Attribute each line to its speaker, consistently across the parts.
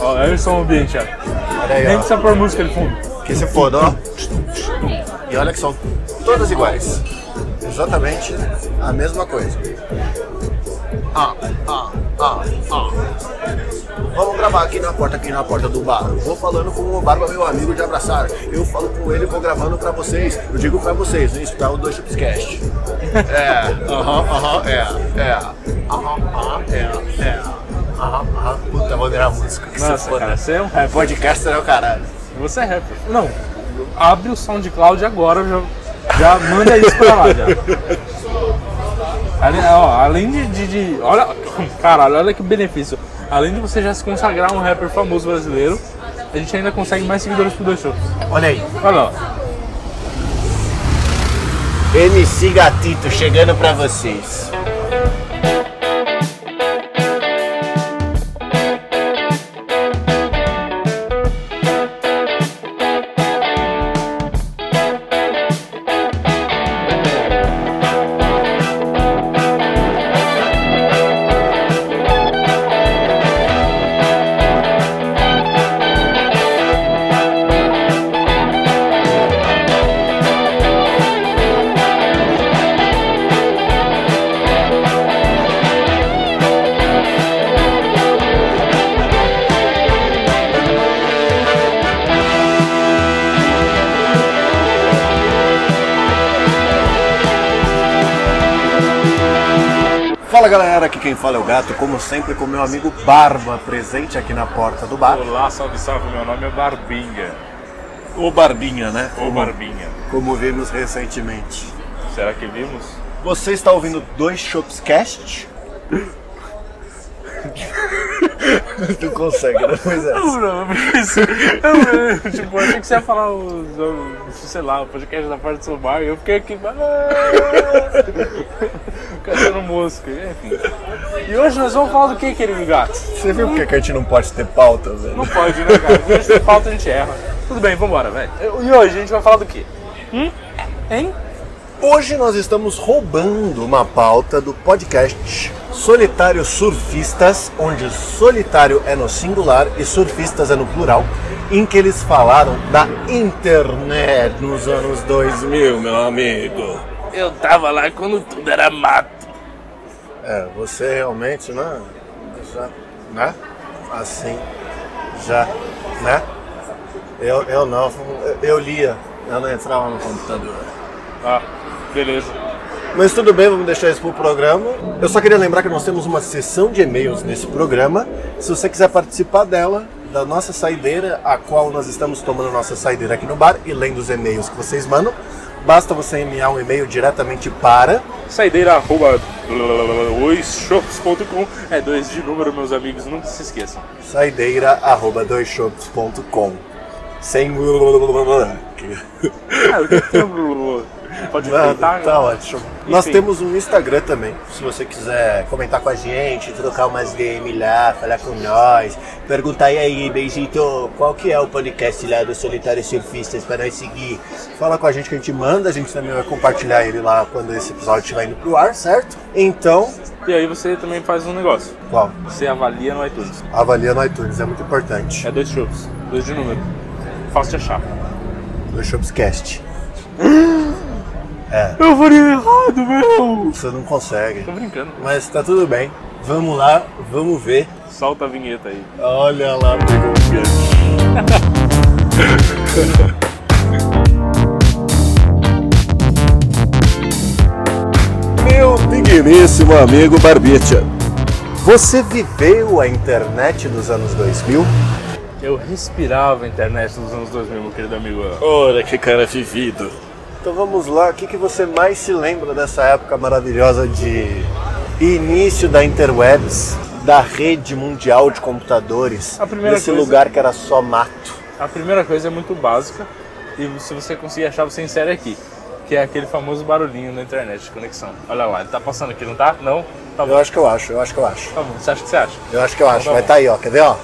Speaker 1: Ó, olha o som ambiente, ó.
Speaker 2: Olha aí,
Speaker 1: Nem
Speaker 2: ó.
Speaker 1: precisa pôr música de fundo.
Speaker 2: Que se foda, ó. E olha que são todas iguais. Exatamente a mesma coisa. Ah, ah, ah, ah. Vamos gravar aqui na porta, aqui na porta do bar. Eu Vou falando com o Barba, meu amigo de abraçar. Eu falo com ele, vou gravando pra vocês. Eu digo pra vocês, não escutar o um Dois Chips Cast. É, aham, aham, é, é. Aham, aham, é, é. Aham, aham. Puta, vou virar música. Que se
Speaker 1: Nossa,
Speaker 2: foda.
Speaker 1: cara, você é um
Speaker 2: É podcaster é o caralho.
Speaker 1: Você é rapper. Não, abre o SoundCloud agora, já, já manda isso pra lá, já. Ale- ó, Além, de, de- de- Olha. Caralho, olha que benefício. Além de você já se consagrar um rapper famoso brasileiro, a gente ainda consegue mais seguidores pro dois shows.
Speaker 2: Olha aí.
Speaker 1: Olha lá. ó.
Speaker 2: MC Gatito chegando pra vocês. Fala galera, aqui quem fala é o Gato, como sempre com meu amigo Barba, presente aqui na porta do bar.
Speaker 3: Olá, salve, salve, meu nome é Barbinha.
Speaker 2: O Barbinha, né?
Speaker 3: Ou
Speaker 1: Uhum.
Speaker 3: Barbinha.
Speaker 2: Como vimos recentemente.
Speaker 3: Será que vimos?
Speaker 2: Você está ouvindo dois Shops Cast? Não consegue, né? Pois é.
Speaker 1: Não, não, isso- não, tipo, eu achei que você ia falar os, os- sei lá, o podcast da parte do seu bar e eu fiquei aqui. ah, Caçando mosca, enfim. E hoje nós vamos falar do que, querido gato?
Speaker 2: Você viu por que que a gente não pode ter pauta, velho?
Speaker 1: Não pode, né, cara? Hoje se falta a gente erra. Tudo bem, vambora, velho. E hoje a gente vai falar do quê? Hum? Hein?
Speaker 2: Hoje nós estamos roubando uma pauta do podcast Solitário Surfistas, onde solitário é no singular e surfistas é no plural, em que eles falaram da internet nos anos 2000, meu amigo.
Speaker 1: Eu tava lá quando tudo era mato.
Speaker 2: É, você realmente, né? Já, né? Assim, já, né? Eu, eu não, eu- eu lia, eu não entrava no computador.
Speaker 1: Ah, beleza.
Speaker 2: Mas tudo bem, vamos deixar isso pro programa. Eu só queria lembrar que nós temos uma sessão de e-mails nesse programa. Se você quiser participar dela, da nossa saideira, a qual nós estamos tomando nossa saideira aqui no bar e lendo os e-mails que vocês mandam, basta você enviar um e-mail diretamente para.
Speaker 1: Saideira arroba oisshops.com É dois de número, meus amigos, nunca se esqueçam.
Speaker 2: saideira.doisshops.com Sem.
Speaker 1: Ah, o que que tem o Bruno? Pode
Speaker 2: Tá,
Speaker 1: tentar? né?
Speaker 2: tá ótimo. Nós
Speaker 1: Enfim.
Speaker 2: temos um Instagram também. Se você quiser comentar com a gente, trocar umas DM lá, falar com nós, perguntar e aí, Beijito, qual que é o podcast lá do Solitário Surfistas para nós seguir? Fala com a gente que a gente manda, a gente também vai compartilhar ele lá quando esse episódio estiver indo pro ar, certo? Então,
Speaker 1: E aí você também faz um negócio.
Speaker 2: qual?
Speaker 1: Você avalia no iTunes.
Speaker 2: Avalia no iTunes, é muito importante.
Speaker 1: É dois shows, dois de número. Fácil de achar.
Speaker 2: No Shopscast.
Speaker 1: Eu faria errado, meu!
Speaker 2: Você não consegue.
Speaker 1: Tô brincando.
Speaker 2: Mas tá tudo bem. Vamos lá, vamos ver.
Speaker 1: Solta a vinheta aí.
Speaker 2: Olha lá, pegou um o gancho. Meu digníssimo amigo Barbicha, você viveu a internet dos anos 2000?
Speaker 1: Eu respirava a internet nos anos 2000, meu querido amigo.
Speaker 3: Olha que cara vivido.
Speaker 2: Então vamos lá, o que, que você mais se lembra dessa época maravilhosa de início da interwebs, da rede mundial de computadores,
Speaker 1: A primeira
Speaker 2: desse
Speaker 1: coisa-
Speaker 2: lugar que era só mato?
Speaker 1: A primeira coisa é muito básica e se você conseguir achar, você insere aqui. Que é aquele famoso barulhinho da internet de conexão. Olha lá, ele tá passando aqui, não tá? Não? Tá
Speaker 2: Eu
Speaker 1: bom,
Speaker 2: acho que eu acho, eu acho que eu acho.
Speaker 1: tá bom. Você acha que você acha?
Speaker 2: Eu acho que eu acho,
Speaker 1: Tá
Speaker 2: vai
Speaker 1: bom.
Speaker 2: tá aí, ó. Quer ver, ó?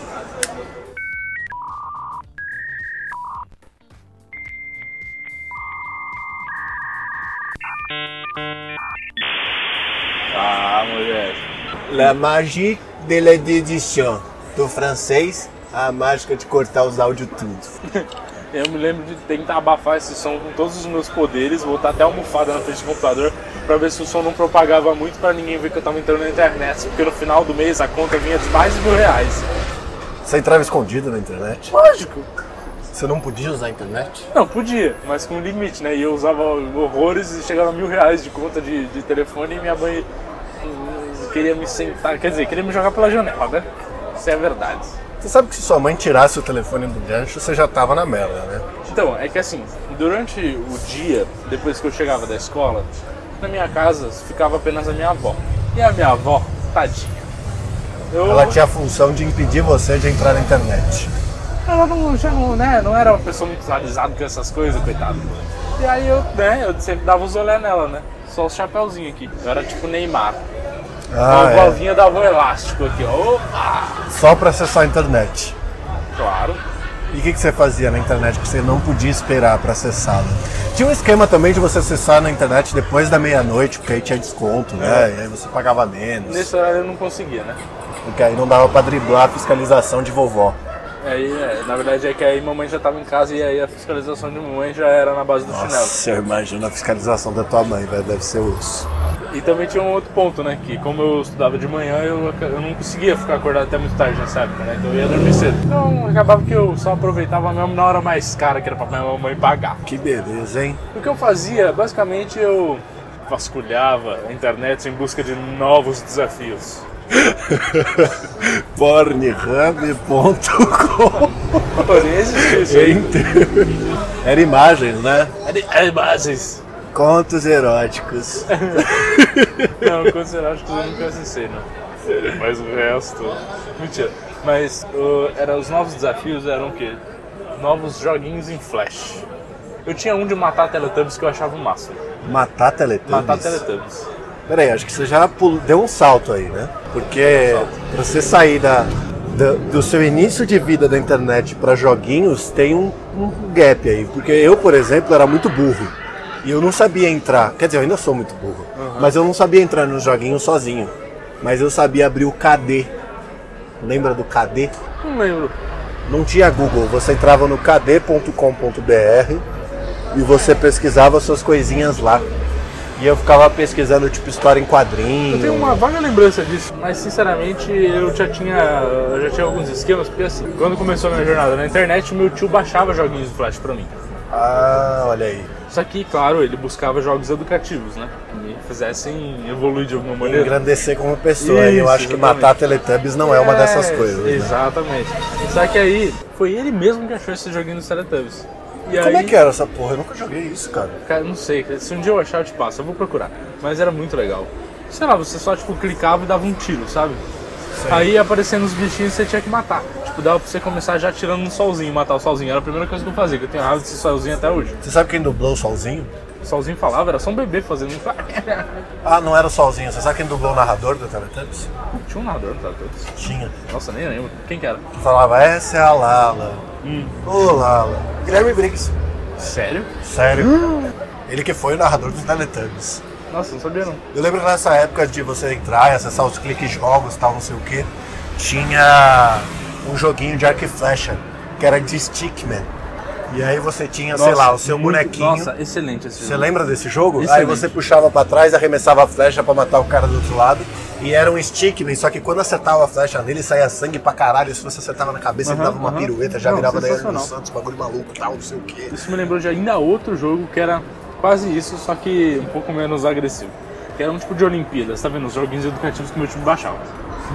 Speaker 1: Ah, mulher. Ah,
Speaker 2: La magie de la dédition, do francês A mágica de cortar os áudios tudo.
Speaker 1: Eu me lembro de tentar abafar esse som com todos os meus poderes, botar até a almofada na frente do computador pra ver se o som não propagava muito pra ninguém ver que eu tava entrando na internet, porque no final do mês a conta vinha de mais de mil reais.
Speaker 2: Você entrava escondido na internet?
Speaker 1: Lógico!
Speaker 2: Você não podia usar a internet?
Speaker 1: Não, podia, mas com limite, né? E eu usava horrores e chegava a mil reais de conta de, de telefone e minha mãe hum, queria me sentar, quer dizer, queria me jogar pela janela, né? Isso é a verdade.
Speaker 2: Você sabe que se sua mãe tirasse o telefone do gancho, você já tava na merda, né?
Speaker 1: Então, é que assim, durante o dia, depois que eu chegava da escola, na minha casa ficava apenas a minha avó. E a minha avó, tadinha. Eu-
Speaker 2: Ela tinha a função de impedir você de entrar na internet.
Speaker 1: ela não, já não, né, não era uma pessoa muito atualizada com essas coisas, coitado. E aí eu, né, eu sempre dava os olé nela, né? Só os chapéuzinhos aqui. Eu era tipo Neymar.
Speaker 2: Ah,
Speaker 1: a
Speaker 2: é.
Speaker 1: bolinha dava um elástico aqui, ó. Opa!
Speaker 2: Só pra acessar a internet.
Speaker 1: Claro.
Speaker 2: E o que, que você fazia na internet que você não podia esperar pra acessá-la? Tinha um esquema também de você acessar na internet depois da meia-noite, porque aí tinha desconto, né? E aí você pagava menos.
Speaker 1: Nesse horário eu não conseguia, né?
Speaker 2: Porque aí não dava pra driblar a fiscalização de vovó.
Speaker 1: Aí, é, na verdade é que aí mamãe já tava em casa e aí a fiscalização de mamãe já era na base do chinelo.
Speaker 2: Nossa, eu imagino a fiscalização da tua mãe, velho. Deve ser osso.
Speaker 1: E também tinha um outro ponto, né? Que como eu estudava de manhã, eu, ac- eu não conseguia ficar acordado até muito tarde nessa época, né? Então eu ia dormir cedo. Então acabava que eu só aproveitava mesmo na hora mais cara, que era pra minha mamãe pagar.
Speaker 2: Que beleza, hein?
Speaker 1: O que eu fazia, basicamente, eu vasculhava a internet em busca de novos desafios.
Speaker 2: Pornhub.com
Speaker 1: Rapaz, nem existia isso aí.
Speaker 2: Gente, Era imagens, né?
Speaker 1: Era imagens.
Speaker 2: Contos eróticos.
Speaker 1: Não, quando será, acho que eu nunca acessei, não. Mas o resto... Mentira. Mas o- era, os novos desafios eram o quê? Novos joguinhos em Flash. Eu tinha um de matar Teletubbies que eu achava o máximo.
Speaker 2: Matar Teletubbies.
Speaker 1: Matar Teletubbies.
Speaker 2: Peraí, acho que você já pul- deu um salto aí, né? Porque pra você sair da, da- do seu início de vida da internet pra joguinhos tem um, um gap aí. Porque eu, por exemplo, era muito burro. E eu não sabia entrar. Quer dizer, eu ainda sou muito burro. Mas eu não sabia entrar nos joguinhos sozinho. Mas eu sabia abrir o KD. Lembra do KD?
Speaker 1: Não lembro.
Speaker 2: Não tinha Google, você entrava no kd.com.br e você pesquisava suas coisinhas lá. E eu ficava pesquisando tipo história em quadrinho.
Speaker 1: Eu tenho uma vaga lembrança disso, mas sinceramente eu já tinha, eu já tinha alguns esquemas, porque assim, quando começou a minha jornada na internet, meu tio baixava joguinhos do Flash pra mim.
Speaker 2: Ah, olha aí.
Speaker 1: Só que, claro, ele buscava jogos educativos, né? Que me fizessem evoluir de alguma maneira.
Speaker 2: Engrandecer como pessoa. e eu
Speaker 1: Isso,
Speaker 2: acho que
Speaker 1: exatamente.
Speaker 2: matar Teletubbies não é uma dessas coisas. né?
Speaker 1: Exatamente. Só que aí, foi ele mesmo que achou esse joguinho dos Teletubbies. E
Speaker 2: Como
Speaker 1: aí,
Speaker 2: é que é? era essa porra? Eu nunca joguei isso, cara.
Speaker 1: Cara, não sei, se um dia eu achar eu te passo, eu vou procurar. Mas era muito legal. Sei lá, você só tipo clicava e dava um tiro, sabe? Aí aparecendo os bichinhos você tinha que matar. Tipo, dava pra você começar já tirando no solzinho, matar o solzinho. Era a primeira coisa que eu fazia, que eu tenho raiva desse solzinho até hoje.
Speaker 2: Você sabe quem dublou o Solzinho?
Speaker 1: O solzinho falava, era só um bebê fazendo. um
Speaker 2: Ah, não era o Solzinho. Você sabe quem dublou o narrador do Teletubbies?
Speaker 1: tinha um narrador no Teletubbies.
Speaker 2: Tinha.
Speaker 1: Nossa, nem lembro. Quem que era?
Speaker 2: Falava, essa é a Lala.
Speaker 1: Hum.
Speaker 2: Ô Lala. Guilherme Briggs.
Speaker 1: Sério?
Speaker 2: Sério? Ele que foi o narrador dos Teletubbies.
Speaker 1: Nossa, não sabia não.
Speaker 2: Eu lembro nessa época de você entrar e acessar os cliques jogos tal, não sei o que, tinha um joguinho de arco e flecha, que era de Stickman. E aí você tinha, sei
Speaker 1: Nossa,
Speaker 2: lá, o seu
Speaker 1: muito-
Speaker 2: bonequinho.
Speaker 1: Nossa, é excelente esse
Speaker 2: Você
Speaker 1: jogo.
Speaker 2: lembra desse jogo?
Speaker 1: Excelente.
Speaker 2: Aí você puxava pra trás, arremessava a flecha pra matar o cara do outro lado. E era um Stickman, só que quando acertava a flecha nele, saía sangue pra caralho. Se você acertava na cabeça, ele
Speaker 1: Aham,
Speaker 2: dava uma
Speaker 1: aham.
Speaker 2: pirueta, já
Speaker 1: Não,
Speaker 2: virava daí
Speaker 1: sensacional.
Speaker 2: dos Santos, bagulho maluco, tal, não sei o quê.
Speaker 1: Isso me lembrou de ainda outro jogo que era quase isso, só que um pouco menos agressivo. Que era um tipo de Olimpíadas, tá vendo? Os joguinhos educativos que meu time baixava.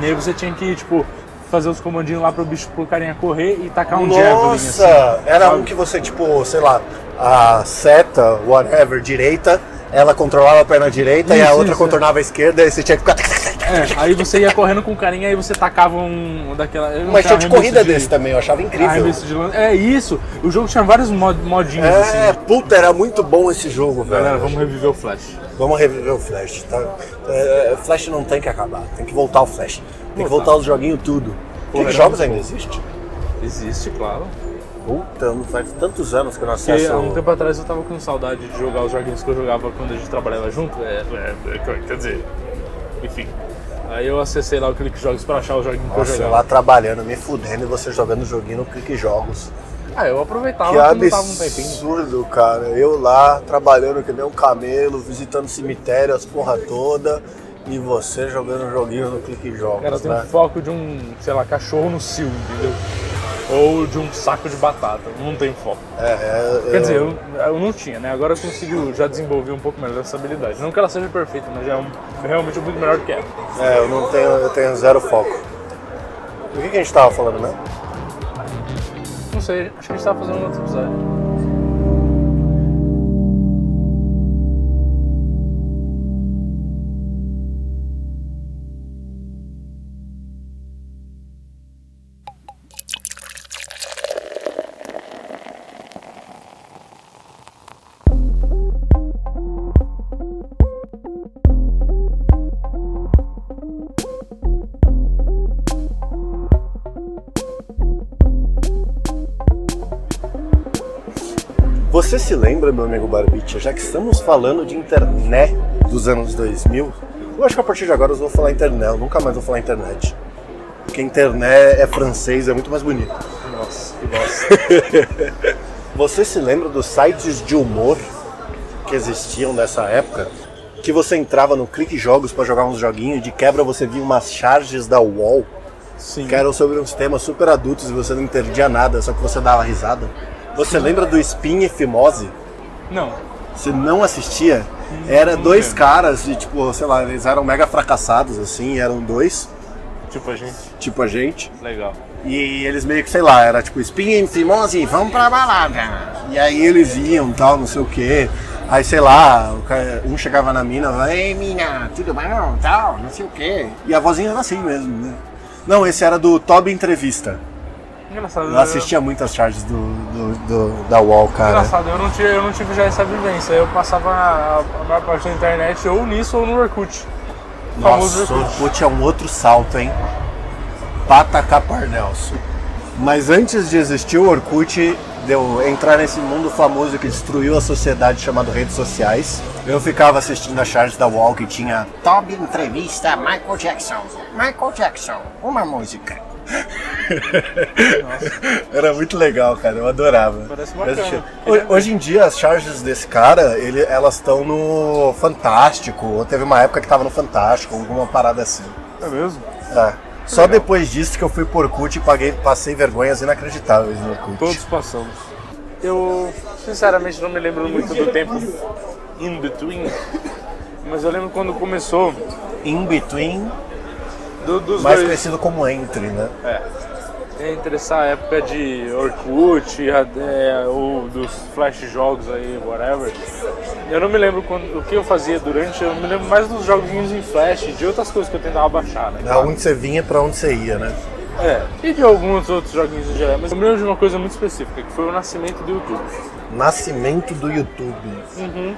Speaker 1: E aí você tinha que, tipo, fazer os comandinhos lá pro bicho pro carinha correr e tacar um javelin assim.
Speaker 2: Nossa, era
Speaker 1: sabe?
Speaker 2: um que você, tipo, sei lá, a seta, whatever, direita, ela controlava a perna direita e a
Speaker 1: Isso,
Speaker 2: outra
Speaker 1: isso,
Speaker 2: contornava a esquerda e você tinha que ficar.
Speaker 1: É, aí você ia correndo com o carinha e você tacava um daquela. eu não
Speaker 2: Mas
Speaker 1: sei,
Speaker 2: show de
Speaker 1: arremesso
Speaker 2: corrida desse tá também, eu achava incrível.
Speaker 1: arremesso de lan- É isso! O jogo tinha vários mod- modinhos
Speaker 2: É,
Speaker 1: assim.
Speaker 2: puta, era muito bom esse jogo, velho.
Speaker 1: Galera, vamos reviver o Flash.
Speaker 2: Vamos reviver o Flash, tá? É, é, Flash não tem que acabar, tem que voltar o Flash. Tem que
Speaker 1: Voltar.
Speaker 2: voltar os joguinhos tudo.
Speaker 1: Porra,
Speaker 2: que
Speaker 1: era
Speaker 2: jogos
Speaker 1: muito
Speaker 2: ainda
Speaker 1: bom.
Speaker 2: existe?
Speaker 1: Existe, claro.
Speaker 2: Puta, não faz tantos anos que eu não
Speaker 1: Porque
Speaker 2: acesso.
Speaker 1: há um tempo atrás eu tava com saudade de jogar os joguinhos que eu jogava quando a gente trabalhava junto. É, é, é, quer dizer, é, enfim. Aí eu acessei lá o Clique Jogos pra achar o joguinho que eu
Speaker 2: Nossa, eu
Speaker 1: jogava.
Speaker 2: lá trabalhando, me fudendo e você jogando joguinho no Clique Jogos.
Speaker 1: Ah, eu aproveitava
Speaker 2: Que
Speaker 1: que, não tava um tempinho.
Speaker 2: absurdo, cara. Eu lá, trabalhando que nem um camelo, visitando cemitério, as porra toda. E você jogando joguinho no Clique
Speaker 1: O cara
Speaker 2: Jogos,
Speaker 1: tem um
Speaker 2: né?
Speaker 1: foco de um, sei lá, cachorro no cio, entendeu? Ou de um saco de batata. Não tem foco.
Speaker 2: É, é,
Speaker 1: Quer
Speaker 2: eu-
Speaker 1: dizer, eu, eu não tinha, né? Agora eu consigo já desenvolver um pouco melhor essa habilidade. Não que ela seja perfeita, mas já é um, realmente muito melhor do que ela.
Speaker 2: É, eu não tenho, eu tenho zero foco. O que, que a gente tava falando, né?
Speaker 1: Não sei, acho que a gente tava fazendo um outro episódio.
Speaker 2: Você se lembra, meu amigo Barbicha, já que estamos falando de internet dos anos 2000, eu acho que a partir de agora eu vou falar internet, eu nunca mais vou falar internet. Porque internet é francês, é muito mais bonito.
Speaker 1: Nossa, que bosta.
Speaker 2: Você se lembra dos sites de humor que existiam nessa época? Que você entrava no Clique Jogos pra jogar uns joguinhos, e de quebra você via umas charges da UOL,
Speaker 1: Sim.
Speaker 2: que eram sobre uns temas super adultos e você não entendia nada, só que você dava risada. Você lembra do Spin e Fimose?
Speaker 1: Não.
Speaker 2: Você não assistia? Era
Speaker 1: não
Speaker 2: dois
Speaker 1: lembro.
Speaker 2: caras de tipo, sei lá, eles eram mega fracassados assim, eram dois,
Speaker 1: Tipo a gente.
Speaker 2: tipo a gente.
Speaker 1: Legal.
Speaker 2: E eles meio que, sei lá, era tipo, espinha, fimose, vamos pra balada. E aí eles iam tal, não sei o quê. Aí, sei lá, o cara- um chegava na mina, falava, ei mina, tudo bom, tal, não sei o quê. E a vozinha era assim mesmo, né? Não, esse era do Toby Entrevista.
Speaker 1: Engraçado.
Speaker 2: Eu assistia muitas charges do, do- do- da UOL, cara.
Speaker 1: Engraçado, eu não, tive, eu não tive já essa vivência. Eu passava a, a maior parte da internet ou nisso ou no Orkut. O famoso
Speaker 2: Nossa, o
Speaker 1: Orkut.
Speaker 2: Orkut é um outro salto, hein? Pata Caparnelso. Mas antes de existir o Orkut, de eu entrar nesse mundo famoso que destruiu a sociedade chamado redes sociais, eu ficava assistindo a charge da Wall que tinha
Speaker 4: Top entrevista Michael Jackson. Michael Jackson, uma música.
Speaker 2: Era muito legal, cara. Eu adorava.
Speaker 1: Parece bacana. é
Speaker 2: Eu assistia. Ho- Hoje em dia, as charges desse cara, ele- elas estão no Fantástico. Ou teve uma época que tava no Fantástico, alguma parada assim.
Speaker 1: É mesmo?
Speaker 2: É. Só depois disso que eu fui por Orkut e paguei, passei vergonhas inacreditáveis no Orkut.
Speaker 1: Todos passamos. Eu, sinceramente, não me lembro muito do tempo in between. Mas eu lembro quando começou
Speaker 2: In Between,
Speaker 1: do- dos
Speaker 2: mais
Speaker 1: dois.
Speaker 2: conhecido como Entre, né?
Speaker 1: É, Entre essa época de Orkut, a- é, ou dos flash jogos aí, whatever. Eu não me lembro quando- o que eu fazia durante, eu me lembro mais dos joguinhos em flash, de outras coisas que eu tentava baixar, né?
Speaker 2: Da onde você vinha pra onde você ia, né?
Speaker 1: É, e de alguns outros joguinhos em geral, mas eu me lembro de uma coisa muito específica, que foi o nascimento do YouTube.
Speaker 2: Nascimento do YouTube.
Speaker 1: Uhum.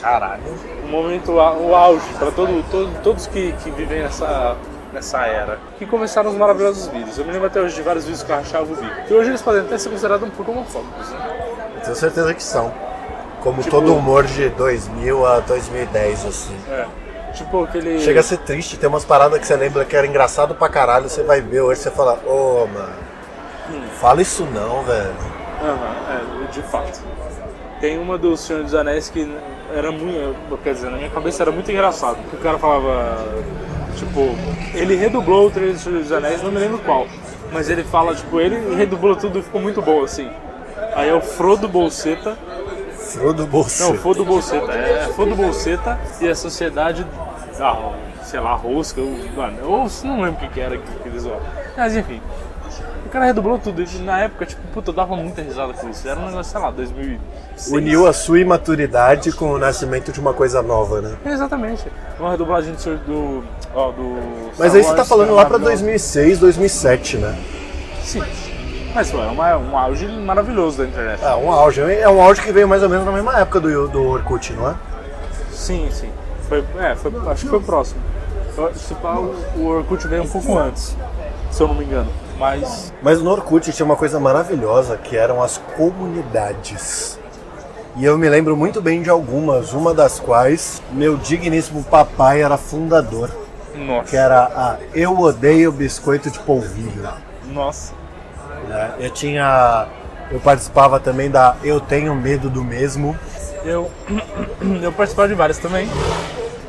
Speaker 1: Caralho. O momento, a- o auge para todo, todo- todos que, que vivem nessa, nessa era. Que começaram os maravilhosos vídeos. Eu me lembro até hoje de vários vídeos que eu rachava o bico. Que hoje eles podem até ser considerados um pouco homofóbicos. né?
Speaker 2: Eu Tenho certeza que são. Como
Speaker 1: Tipo
Speaker 2: todo humor de 2000 a 2010, assim.
Speaker 1: É. Tipo aquele.
Speaker 2: Chega a ser triste, tem umas paradas que você lembra que era engraçado pra caralho, você vai ver hoje, você fala, ô, mano,
Speaker 1: Hum.
Speaker 2: fala isso não, velho.
Speaker 1: Aham, é, de fato. Tem uma do Senhor dos Anéis que era muito. Quer dizer, na minha cabeça era muito engraçado. Que o cara falava. Tipo, ele redublou o trailer do Senhor dos Anéis, não me lembro qual. Mas ele fala, tipo, ele redublou tudo e ficou muito bom assim. Aí é o Frodo Bolseta.
Speaker 2: Frodo Bolsonaro.
Speaker 1: Não, Frodo Bolseta. É Frodo Bolseta e a Sociedade da. Sei lá, Rosca. Ou, mano, ou se não lembro o que, que era que, que eles falavam. Mas enfim. O cara redublou tudo. E na época, tipo, puta, eu dava muita risada com isso. Era um negócio, sei lá, 2006.
Speaker 2: Uniu a sua imaturidade com o nascimento de uma coisa nova, né?
Speaker 1: Exatamente. Uma redublagem do. Sr. do ó, do
Speaker 2: Mas
Speaker 1: Star
Speaker 2: aí você tá
Speaker 1: Wars,
Speaker 2: falando lá pra
Speaker 1: Marvel.
Speaker 2: 2006, 2007, né?
Speaker 1: Sim. Mas foi uma, um auge maravilhoso da internet.
Speaker 2: É um auge. É um auge que veio mais ou menos na mesma época do, do Orkut, não é?
Speaker 1: Sim, sim. Foi, é, foi, acho que foi o próximo. Eu- Se pá, o, o Orkut veio um pouco antes, se eu não me engano. Mas
Speaker 2: Mas no Orkut tinha uma coisa maravilhosa que eram as comunidades. E eu me lembro muito bem de algumas, uma das quais meu digníssimo papai era fundador. que
Speaker 1: Nossa.
Speaker 2: era a Eu Odeio Biscoito de Polvilho.
Speaker 1: Nossa.
Speaker 2: né? Eu tinha. Eu participava também da Eu Tenho Medo do Mesmo.
Speaker 1: Eu, eu participava de várias também.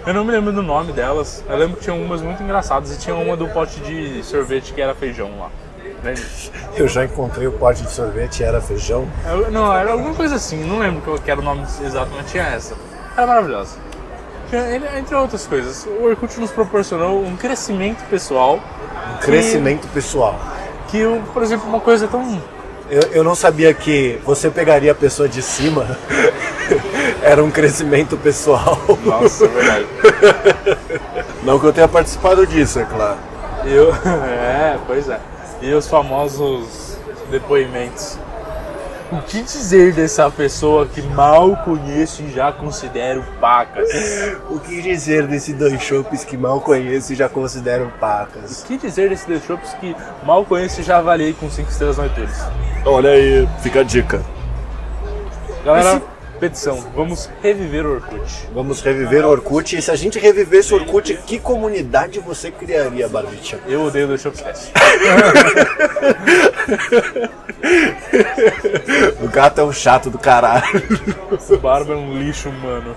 Speaker 1: Eu não me lembro do nome delas. Eu lembro que tinha umas muito engraçadas e tinha uma do pote de sorvete que era feijão lá. Lembra?
Speaker 2: Eu já encontrei o pote de sorvete, era feijão.
Speaker 1: Eu- não, era alguma coisa assim, não lembro qual que era o nome exato, mas tinha essa. Era maravilhosa. Tinha, en- Entre outras coisas, o Orkut nos proporcionou um crescimento pessoal
Speaker 2: Um crescimento pessoal.
Speaker 1: que, eu, por exemplo, uma coisa tão.
Speaker 2: Eu, eu não sabia que você pegaria a pessoa de cima. era um crescimento pessoal.
Speaker 1: Nossa, é verdade.
Speaker 2: Não que eu tenha participado disso, é claro.
Speaker 1: Eu, é, pois é. E os famosos depoimentos. O que dizer dessa pessoa que mal conheço e já considero pacas?
Speaker 2: O que dizer desse dois chopes que mal conheço e já considero pacas?
Speaker 1: O que dizer desse The Shops que mal conheço e já avaliei com 5 estrelas no iTunes?
Speaker 2: Então,
Speaker 3: Olha aí, fica a dica.
Speaker 1: Galera, petição, vamos reviver o Orkut.
Speaker 2: Vamos reviver o Orkut. E se a gente revivesse o Orkut, que comunidade você criaria, Barbicha?
Speaker 1: Eu odeio The Shops Cast.
Speaker 2: O gato é um chato do caralho.
Speaker 1: O Barba é um lixo humano.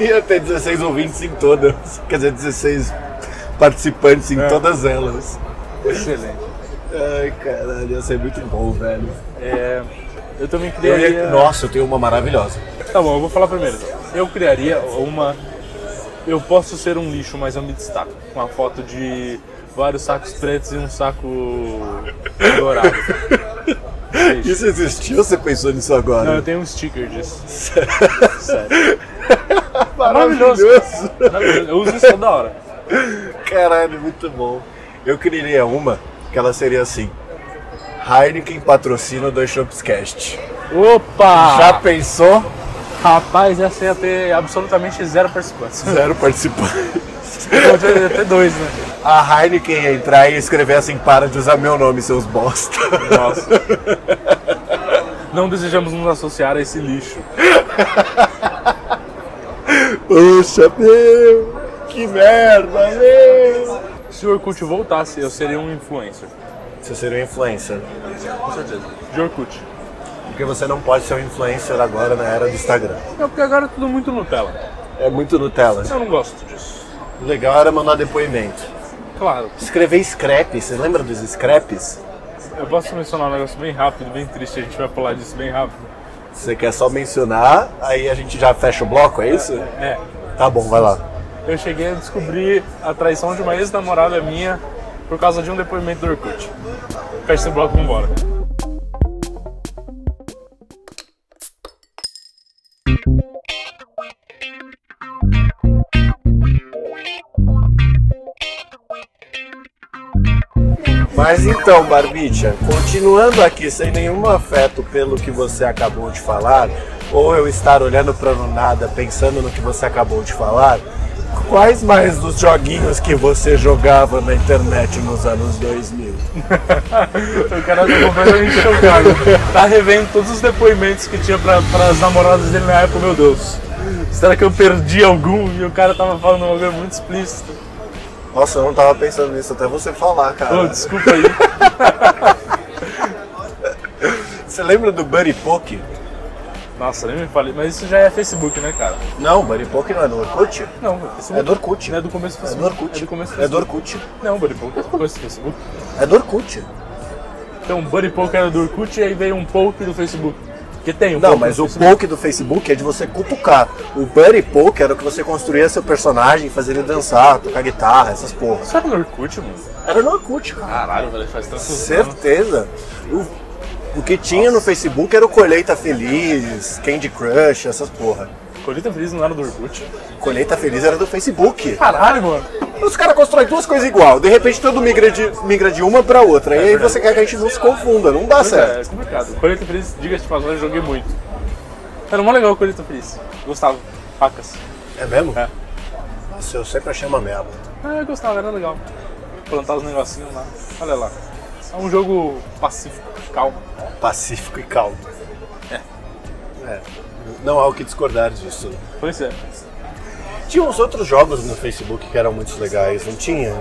Speaker 2: Ia ter 16 ouvintes em todas. Quer dizer, 16 participantes em todas elas.
Speaker 1: Excelente.
Speaker 2: Ai, caralho, ia ser muito bom, velho.
Speaker 1: É, eu também
Speaker 2: Eu
Speaker 1: criaria...
Speaker 2: ia... Nossa, eu tenho uma maravilhosa.
Speaker 1: Tá bom, eu vou falar primeiro. Eu criaria uma. Eu posso ser um lixo, mas eu me destaco. Uma foto de vários sacos pretos e um saco dourado.
Speaker 2: Isso existiu ou você pensou nisso
Speaker 1: Não,
Speaker 2: agora?
Speaker 1: eu tenho um sticker disso. Sério. Maravilhoso. Maravilhoso. Eu uso isso toda hora.
Speaker 2: Caralho, muito bom. Eu criaria uma que ela seria assim. Heineken patrocina o Dois Shops Cast.
Speaker 1: Opa!
Speaker 2: Já pensou?
Speaker 1: Rapaz, essa ia ter absolutamente zero participantes.
Speaker 2: Zero participante.
Speaker 1: Podia ter dois, né?
Speaker 2: A Heineken ia entrar e escrever assim, para de usar meu nome, seus bosta.
Speaker 1: Nossa. Não desejamos nos associar a esse lixo.
Speaker 2: Puxa, meu! Que merda, meu!
Speaker 1: Se o Orkut voltasse, eu seria um influencer.
Speaker 2: Você seria um influencer.
Speaker 1: Com certeza. De Orkut.
Speaker 2: Porque você não pode ser um influencer agora na era do Instagram.
Speaker 1: É porque agora é tudo muito Nutella.
Speaker 2: É muito Nutella.
Speaker 1: Eu não gosto disso.
Speaker 2: O legal era mandar depoimento.
Speaker 1: Claro,
Speaker 2: Escrever scraps, você lembra dos scraps?
Speaker 1: eu posso mencionar um negócio bem rápido, bem triste, a gente vai pular disso bem rápido.
Speaker 2: Você quer só mencionar, aí a gente já fecha o bloco, é isso?
Speaker 1: É,
Speaker 2: Tá bom, vai lá.
Speaker 1: eu cheguei a descobrir a traição de uma ex-namorada minha por causa de um depoimento do Orkut. Fecha esse bloco e vambora.
Speaker 2: Mas então, Barbicha, continuando aqui sem nenhum afeto pelo que você acabou de falar, ou eu estar olhando pra no nada pensando no que você acabou de falar, quais mais dos joguinhos que você jogava na internet nos anos 2000?
Speaker 1: O cara tá completamente chocado. Tá revendo todos os depoimentos que tinha pra, pras namoradas dele na época, meu Deus. Será que eu perdi algum? E o cara tava falando um bagulho muito explícito.
Speaker 2: Nossa, eu não tava pensando nisso até você falar, cara.
Speaker 1: Ô, desculpa aí.
Speaker 2: Você lembra do Buddy Poke?
Speaker 1: Nossa, nem me falei. Mas isso já é Facebook, né, cara?
Speaker 2: Não, Buddy Poke não é do Orkut?
Speaker 1: Não, Facebook.
Speaker 2: É do Orkut.
Speaker 1: Não é do começo do
Speaker 2: É
Speaker 1: Facebook.
Speaker 2: do Orkut.
Speaker 1: É do começo do
Speaker 2: É do
Speaker 1: Facebook.
Speaker 2: Orkut.
Speaker 1: Não, Buddy Poke é do começo do Facebook.
Speaker 2: É do Orkut.
Speaker 1: Então, Buddy Poke era do Orkut e aí veio um Poke do Facebook. Porque tem um
Speaker 2: Não,
Speaker 1: Poke
Speaker 2: mas
Speaker 1: do
Speaker 2: o
Speaker 1: Facebook.
Speaker 2: poke do Facebook é de você cutucar. O buddy poke era o que você construía seu personagem, fazer ele dançar, tocar guitarra, essas porras.
Speaker 1: Isso era no Orkut, mano?
Speaker 2: Era no Orkut, cara.
Speaker 1: Caralho, velho, faz tanto anos.
Speaker 2: Certeza. O, o que tinha no Facebook era o Colheita Feliz, Candy Crush, essas porra.
Speaker 1: Colheita Feliz não era do Orkut.
Speaker 2: Colheita Feliz era do Facebook.
Speaker 1: Caralho, mano.
Speaker 2: Os caras constroem duas coisas igual. De repente, todo migra de, migra de uma pra outra. e aí você quer que a gente não se confunda. Não dá
Speaker 1: Pois
Speaker 2: certo.
Speaker 1: é, é complicado. Colheita Feliz, diga-se de passagem, eu joguei muito. Era mó legal o Colheita Feliz. Gostava. Facas.
Speaker 2: É mesmo?
Speaker 1: É.
Speaker 2: Nossa, eu sempre achei uma merda.
Speaker 1: Ah, eu gostava, era legal. Plantar os negocinhos lá. Olha lá. É um jogo pacífico, calmo.
Speaker 2: pacífico e calmo. É. Não há o que discordar disso.
Speaker 1: Pois é.
Speaker 2: Tinha uns outros jogos no Facebook que eram muito legais, não tinha?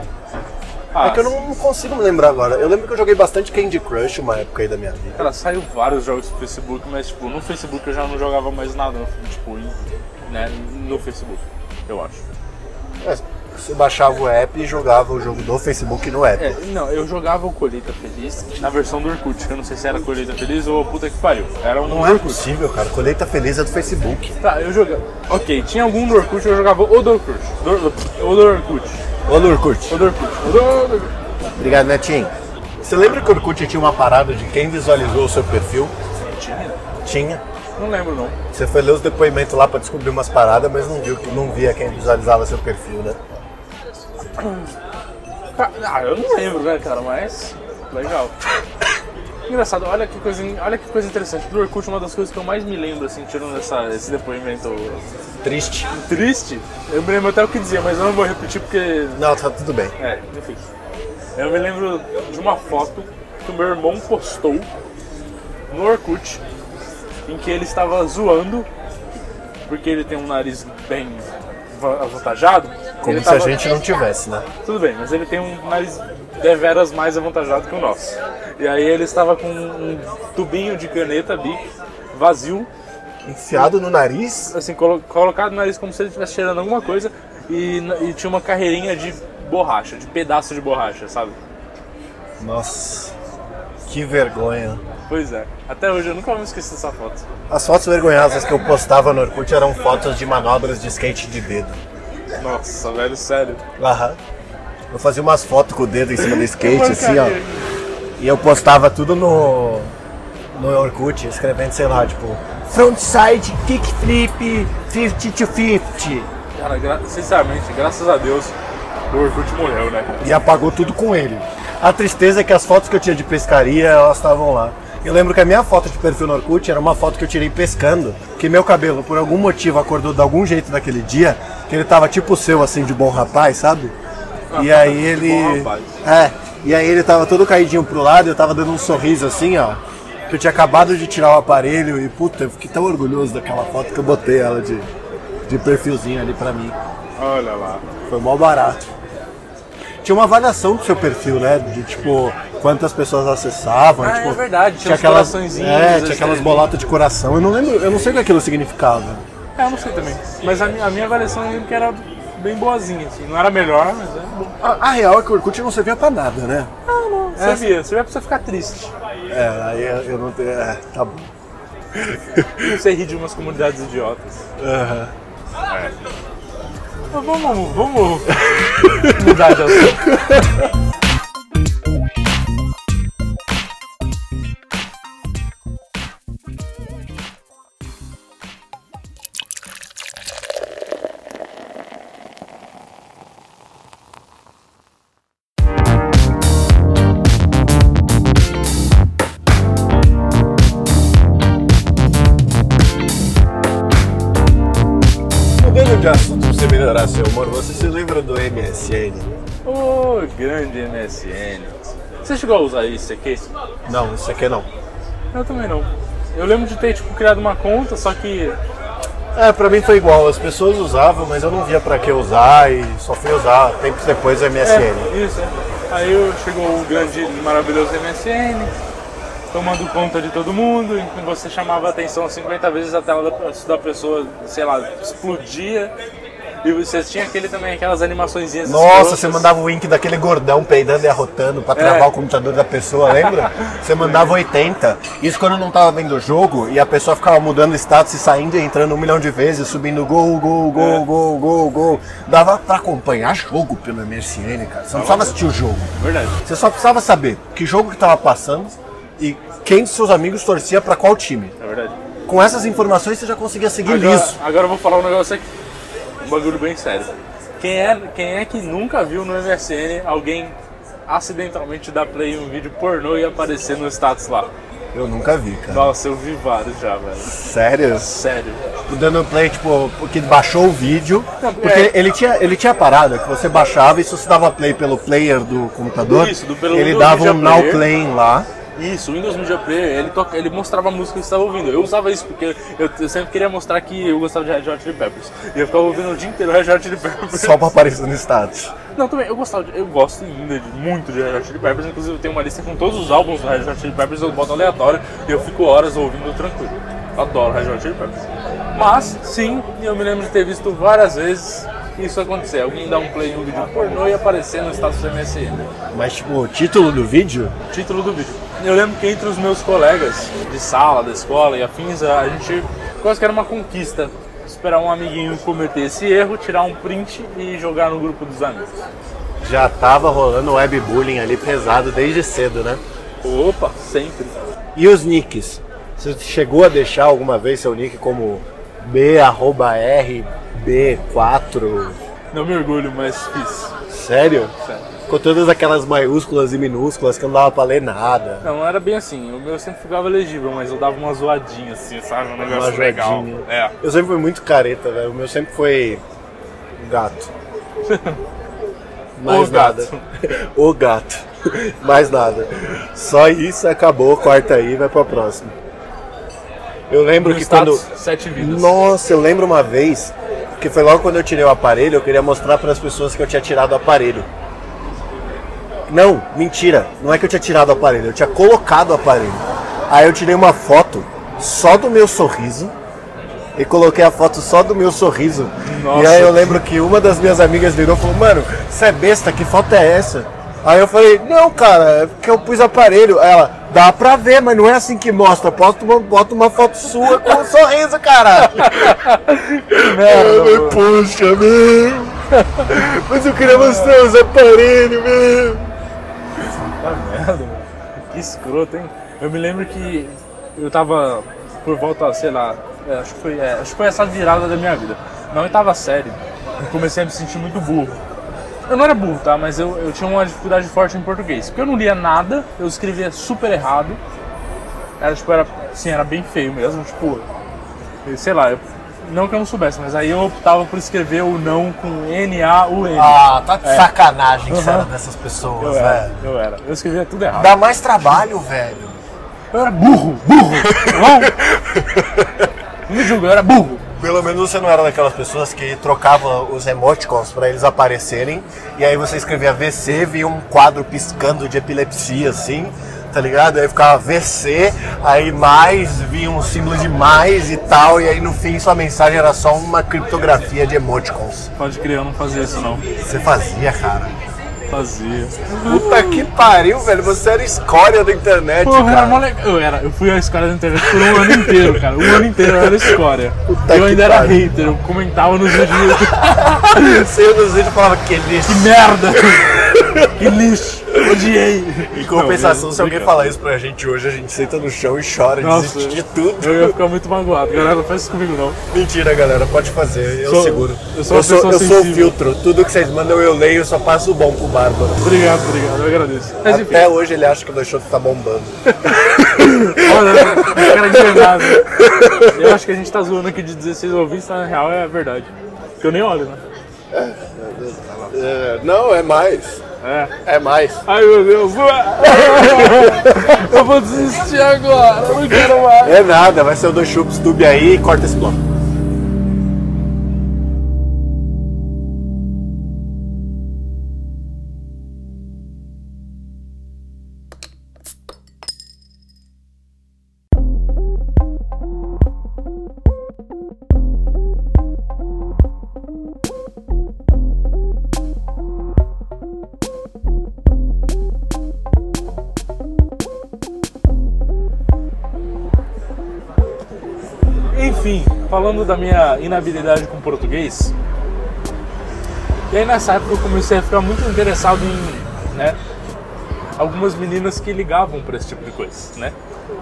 Speaker 1: Ah,
Speaker 2: É que eu não consigo me lembrar agora. Eu lembro que eu joguei bastante Candy Crush uma época aí da minha vida.
Speaker 1: Cara, saiu vários jogos do Facebook, mas tipo, no Facebook eu já não jogava mais nada, tipo, em- né, no Facebook, eu acho.
Speaker 2: Mas Você baixava o app e jogava o jogo do Facebook no app.
Speaker 1: É, não, eu jogava o Colheita Feliz na versão do Orkut, eu não sei se era Colheita Feliz ou puta que pariu. Era um
Speaker 2: Não é possível, cara. Colheita Feliz é do Facebook.
Speaker 1: Tá, eu jogava. Ok, tinha algum do Orkut, eu jogava o do Orkut. Do, o do Orkut.
Speaker 2: Ô, Lurkut.
Speaker 1: O do Orkut. O do Orkut.
Speaker 2: Obrigado, Netinho. Você lembra que o Orkut tinha uma parada de quem visualizou o seu perfil?
Speaker 1: Tinha?
Speaker 2: Tinha.
Speaker 1: Não lembro não.
Speaker 2: Você foi ler os depoimentos lá pra descobrir umas paradas, mas não viu, não via quem visualizava seu perfil, né?
Speaker 1: Tá, Ah, eu não lembro, né, cara, mas. Legal. Engraçado, olha que coisa, olha que coisa interessante. Do Orkut, uma das coisas que eu mais me lembro, assim, tirando essa, esse depoimento
Speaker 2: Triste.
Speaker 1: triste, eu me lembro até o que dizia, mas eu não vou repetir porque
Speaker 2: Não, tá tudo bem.
Speaker 1: É, enfim. Eu me lembro de uma foto que o meu irmão postou no Orkut, em que ele estava zoando, porque ele tem um nariz bem va- avantajado.
Speaker 2: Como
Speaker 1: ele
Speaker 2: se a
Speaker 1: tava-
Speaker 2: gente não tivesse, né?
Speaker 1: Tudo bem, mas ele tem um nariz deveras mais avantajado que o nosso. E aí ele estava com um tubinho de caneta bic vazio
Speaker 2: Enfiado no nariz,
Speaker 1: assim, colo colocado no nariz como se ele estivesse cheirando alguma coisa e, e tinha uma carreirinha de borracha, de pedaço de borracha, sabe?
Speaker 2: Nossa, que vergonha.
Speaker 1: Pois é, até hoje eu nunca me esqueci dessa foto.
Speaker 2: As fotos vergonhosas que eu postava no Orkut eram fotos de manobras de skate de dedo.
Speaker 1: Nossa, velho, sério.
Speaker 2: Aham. Eu fazia umas fotos com o dedo em cima do skate,
Speaker 1: Mano,
Speaker 2: assim, ó.
Speaker 1: cara,
Speaker 2: E eu postava tudo no, no Orkut, escrevendo, sei lá, tipo, frontside kickflip 50 to 50.
Speaker 1: Cara, gra- sinceramente, graças a Deus, o Orkut morreu, né?
Speaker 2: E apagou tudo com ele. A tristeza é que as fotos que eu tinha de pescaria, elas estavam lá. Eu lembro que a minha foto de perfil no Orkut era uma foto que eu tirei pescando, que meu cabelo, por algum motivo, acordou de algum jeito naquele dia, que ele tava tipo o seu, assim, de bom rapaz, sabe? E aí ele.
Speaker 1: Bom rapaz.
Speaker 2: É, e aí ele tava todo caidinho pro lado, eu tava dando um sorriso assim, ó. Que eu tinha acabado de tirar o aparelho e, puta, eu fiquei tão orgulhoso daquela foto que eu botei ela de, de perfilzinho ali pra mim.
Speaker 1: Olha lá.
Speaker 2: Foi mó barato. Tinha uma avaliação do seu perfil, né? De tipo, quantas pessoas acessavam.
Speaker 1: Ah,
Speaker 2: tipo,
Speaker 1: é verdade, tinha uns
Speaker 2: aquelas,
Speaker 1: coraçõezinhos, assim.
Speaker 2: É,
Speaker 1: as
Speaker 2: tinha aquelas
Speaker 1: estrelinhas.
Speaker 2: bolotas de coração. Eu não lembro, eu não sei o que aquilo significava.
Speaker 1: É, eu não sei também. Mas a, minha- a minha avaliação eu lembro que era bem boazinha, assim. Não era a melhor, mas era bom.
Speaker 2: A, a real é que o Orkut não servia pra nada, né?
Speaker 1: Você via, você via pra você ficar triste.
Speaker 2: É, aí eu eu não tenho. É, tá bom.
Speaker 1: E Você ri de umas comunidades idiotas.
Speaker 2: Aham.
Speaker 1: Mas vamos, vamos mudar de assunto.
Speaker 2: Mudando de assunto pra você melhorar seu humor, você se lembra do MSN?
Speaker 1: Ô, grande MSN. Você chegou a usar isso aqui?
Speaker 2: Não, isso aqui não.
Speaker 1: Eu também não. Eu lembro de ter, tipo, criado uma conta, só que...
Speaker 2: É, pra mim foi igual, as pessoas usavam, mas eu não via pra que usar e só fui usar tempos depois do MSN.
Speaker 1: isso, é. Aí eu- chegou o grande e maravilhoso MSN, tomando conta de todo mundo, e você chamava a atenção 50 vezes a tela da, da pessoa, sei lá, explodia. E você tinha aquele também, aquelas animaçõezinhas
Speaker 2: Nossa,
Speaker 1: escrotas.
Speaker 2: você mandava o link daquele gordão peidando e arrotando pra travar
Speaker 1: É.
Speaker 2: o computador da pessoa, lembra? Você mandava 80. Isso quando não tava vendo o jogo e a pessoa ficava mudando o status e saindo e entrando um milhão de vezes, subindo gol, gol,
Speaker 1: É.
Speaker 2: gol, gol, gol, gol. Dava pra acompanhar jogo pelo MSN, cara. Você não precisava assistir o jogo.
Speaker 1: Verdade.
Speaker 2: Você só precisava saber que jogo que tava passando e quem de seus amigos torcia pra qual time.
Speaker 1: É verdade.
Speaker 2: Com essas informações você já conseguia seguir
Speaker 1: Agora,
Speaker 2: liso.
Speaker 1: agora eu vou falar um negócio aqui. Um bagulho bem sério. Quem é, quem é que nunca viu no MSN alguém acidentalmente dar play em um vídeo pornô e aparecer no status lá?
Speaker 2: Eu nunca vi, cara.
Speaker 1: Nossa, eu vi vários já, velho.
Speaker 2: Sério?
Speaker 1: Sério.
Speaker 2: O dando play, tipo, porque baixou o vídeo.
Speaker 1: Não,
Speaker 2: Porque
Speaker 1: é.
Speaker 2: ele tinha, ele tinha a parada que você baixava e se você dava play pelo player do computador,
Speaker 1: Isso, do- pelo-
Speaker 2: ele
Speaker 1: do
Speaker 2: dava
Speaker 1: Ninja
Speaker 2: um now
Speaker 1: Player.
Speaker 2: playing lá.
Speaker 1: Isso, o Windows Media Player, ele, toca, ele mostrava a música que você estava ouvindo. Eu usava isso porque eu, eu sempre queria mostrar que eu gostava de Red Hot Chili Peppers. E eu ficava ouvindo o dia inteiro Red Hot Chili Peppers.
Speaker 2: Só pra aparecer no status.
Speaker 1: Não, também, eu gostava, de- eu gosto ainda de- muito de Red Hot Chili Peppers, inclusive eu tenho uma lista com todos os álbuns do Red Hot Chili Peppers, eu boto aleatório e eu fico horas ouvindo tranquilo. Adoro Red Hot Chili Peppers. Mas, sim, eu me lembro de ter visto várias vezes isso acontecer. Alguém dar um play no vídeo pornô e aparecer no status do MSN.
Speaker 2: Mas, tipo, o título do vídeo
Speaker 1: Título do vídeo. Eu lembro que entre os meus colegas de sala, da escola e afins, a gente quase que era uma conquista. Esperar um amiguinho cometer esse erro, tirar um print e jogar no grupo dos amigos.
Speaker 2: já tava rolando webbullying ali pesado desde cedo, né?
Speaker 1: Opa, sempre.
Speaker 2: E os nicks? Você chegou a deixar alguma vez seu nick como B@RB4?
Speaker 1: Não me orgulho, mas fiz.
Speaker 2: Sério?
Speaker 1: Sério.
Speaker 2: Com todas aquelas maiúsculas e minúsculas que não dava pra ler nada.
Speaker 1: Não, não era bem assim. O meu sempre ficava legível, mas eu dava uma zoadinha, assim, sabe? Um negócio legal.
Speaker 2: joadinha.
Speaker 1: É.
Speaker 2: Eu sempre fui muito careta, velho. O meu sempre foi um gato. Mais
Speaker 1: O
Speaker 2: nada.
Speaker 1: gato.
Speaker 2: o gato. Mais nada. Só isso acabou, corta aí, vai pra próxima. Eu lembro
Speaker 1: No
Speaker 2: que
Speaker 1: status,
Speaker 2: quando
Speaker 1: sete vidas.
Speaker 2: Nossa, eu lembro uma vez que foi logo quando eu tirei o aparelho, eu queria mostrar para as pessoas que eu tinha tirado o aparelho. Não, mentira, não é que eu tinha tirado o aparelho, eu tinha colocado o aparelho. Aí eu tirei uma foto só do meu sorriso e coloquei a foto só do meu sorriso.
Speaker 1: Nossa.
Speaker 2: E aí eu lembro que uma das minhas amigas virou e falou: Mano, você é besta, que foto é essa? Aí eu falei: Não, cara, é porque eu pus aparelho. Aí ela: Dá pra ver, mas não é assim que mostra. Bota uma, bota uma foto sua com um sorriso, cara.
Speaker 1: Merda,
Speaker 2: Puxa, meu. Mas eu queria mostrar os aparelhos, meu.
Speaker 1: Tá merda, mano. Que escroto, hein? Eu me lembro que eu tava por volta, sei lá, é, acho, que foi, é, acho que foi essa virada da minha vida. Na oitava série, eu comecei a me sentir muito burro. Eu não era burro, tá? Mas eu, eu tinha uma dificuldade forte em português. Porque eu não lia nada, eu escrevia super errado. Era, tipo, era, assim, era bem feio mesmo, tipo... Sei lá, eu- não que eu não soubesse, mas aí eu optava por escrever o não com N-A-U-N.
Speaker 2: Ah, tá de sacanagem que você era dessas
Speaker 1: eu
Speaker 2: pessoas,
Speaker 1: era,
Speaker 2: velho.
Speaker 1: eu era. Eu escrevia tudo errado.
Speaker 2: Dá mais trabalho, velho.
Speaker 1: Eu era burro, burro, tá bom? Não me julga, eu era burro.
Speaker 2: Pelo menos você não era daquelas pessoas que trocava os emoticons pra eles aparecerem. E aí você escrevia VC, via um quadro piscando de epilepsia, assim, tá ligado? Aí ficava VC, aí mais, via um símbolo de mais e tal. E aí no fim sua mensagem era só uma criptografia de emoticons.
Speaker 1: Pode crer, eu não fazia isso não.
Speaker 2: Você fazia, cara.
Speaker 1: Fazia.
Speaker 2: Puta que pariu, velho. Você era escória da internet,
Speaker 1: Porra, era mó
Speaker 2: cara.
Speaker 1: legal. Eu era, eu fui a escória da internet por um ano inteiro, cara. Um ano inteiro eu era escória.
Speaker 2: Puta
Speaker 1: eu
Speaker 2: que
Speaker 1: ainda era
Speaker 2: pariu.
Speaker 1: hater, eu comentava nos vídeos do YouTube.
Speaker 2: Eu saía dos vídeos e falava que lixo.
Speaker 1: Que merda! Que lixo! Odiei!
Speaker 2: Em compensação,
Speaker 1: Não,
Speaker 2: se alguém
Speaker 1: brincadeira.
Speaker 2: falar isso pra gente hoje, a gente senta no chão e chora e
Speaker 1: Nossa,
Speaker 2: desiste de tudo.
Speaker 1: Eu ia ficar muito magoado. Galera, não faz isso comigo não.
Speaker 2: Mentira, galera, pode fazer, eu
Speaker 1: Sou-
Speaker 2: seguro.
Speaker 1: eu sou uma pessoa
Speaker 2: eu sou o
Speaker 1: sensível.
Speaker 2: filtro, tudo que vocês mandam eu leio, eu só passo o bom pro Bárbaro.
Speaker 1: Obrigado, obrigado, eu agradeço. Mas enfim,
Speaker 2: Até hoje ele acha que o meu show tá bombando.
Speaker 1: olha, cara de verdade. Eu acho que a gente tá zoando aqui de 16 ouvintes, mas na real é a verdade. Porque eu nem olho, né?
Speaker 2: É, não, é mais.
Speaker 1: É.
Speaker 2: É mais.
Speaker 1: Ai meu Deus, eu vou desistir agora, eu não quero mais.
Speaker 2: É nada, vai ser o do Chups Tube aí e corta esse bloco.
Speaker 1: Enfim, falando da minha inabilidade com português, e aí nessa época eu comecei a ficar muito interessado em, né, algumas meninas que ligavam pra esse tipo de coisa, né?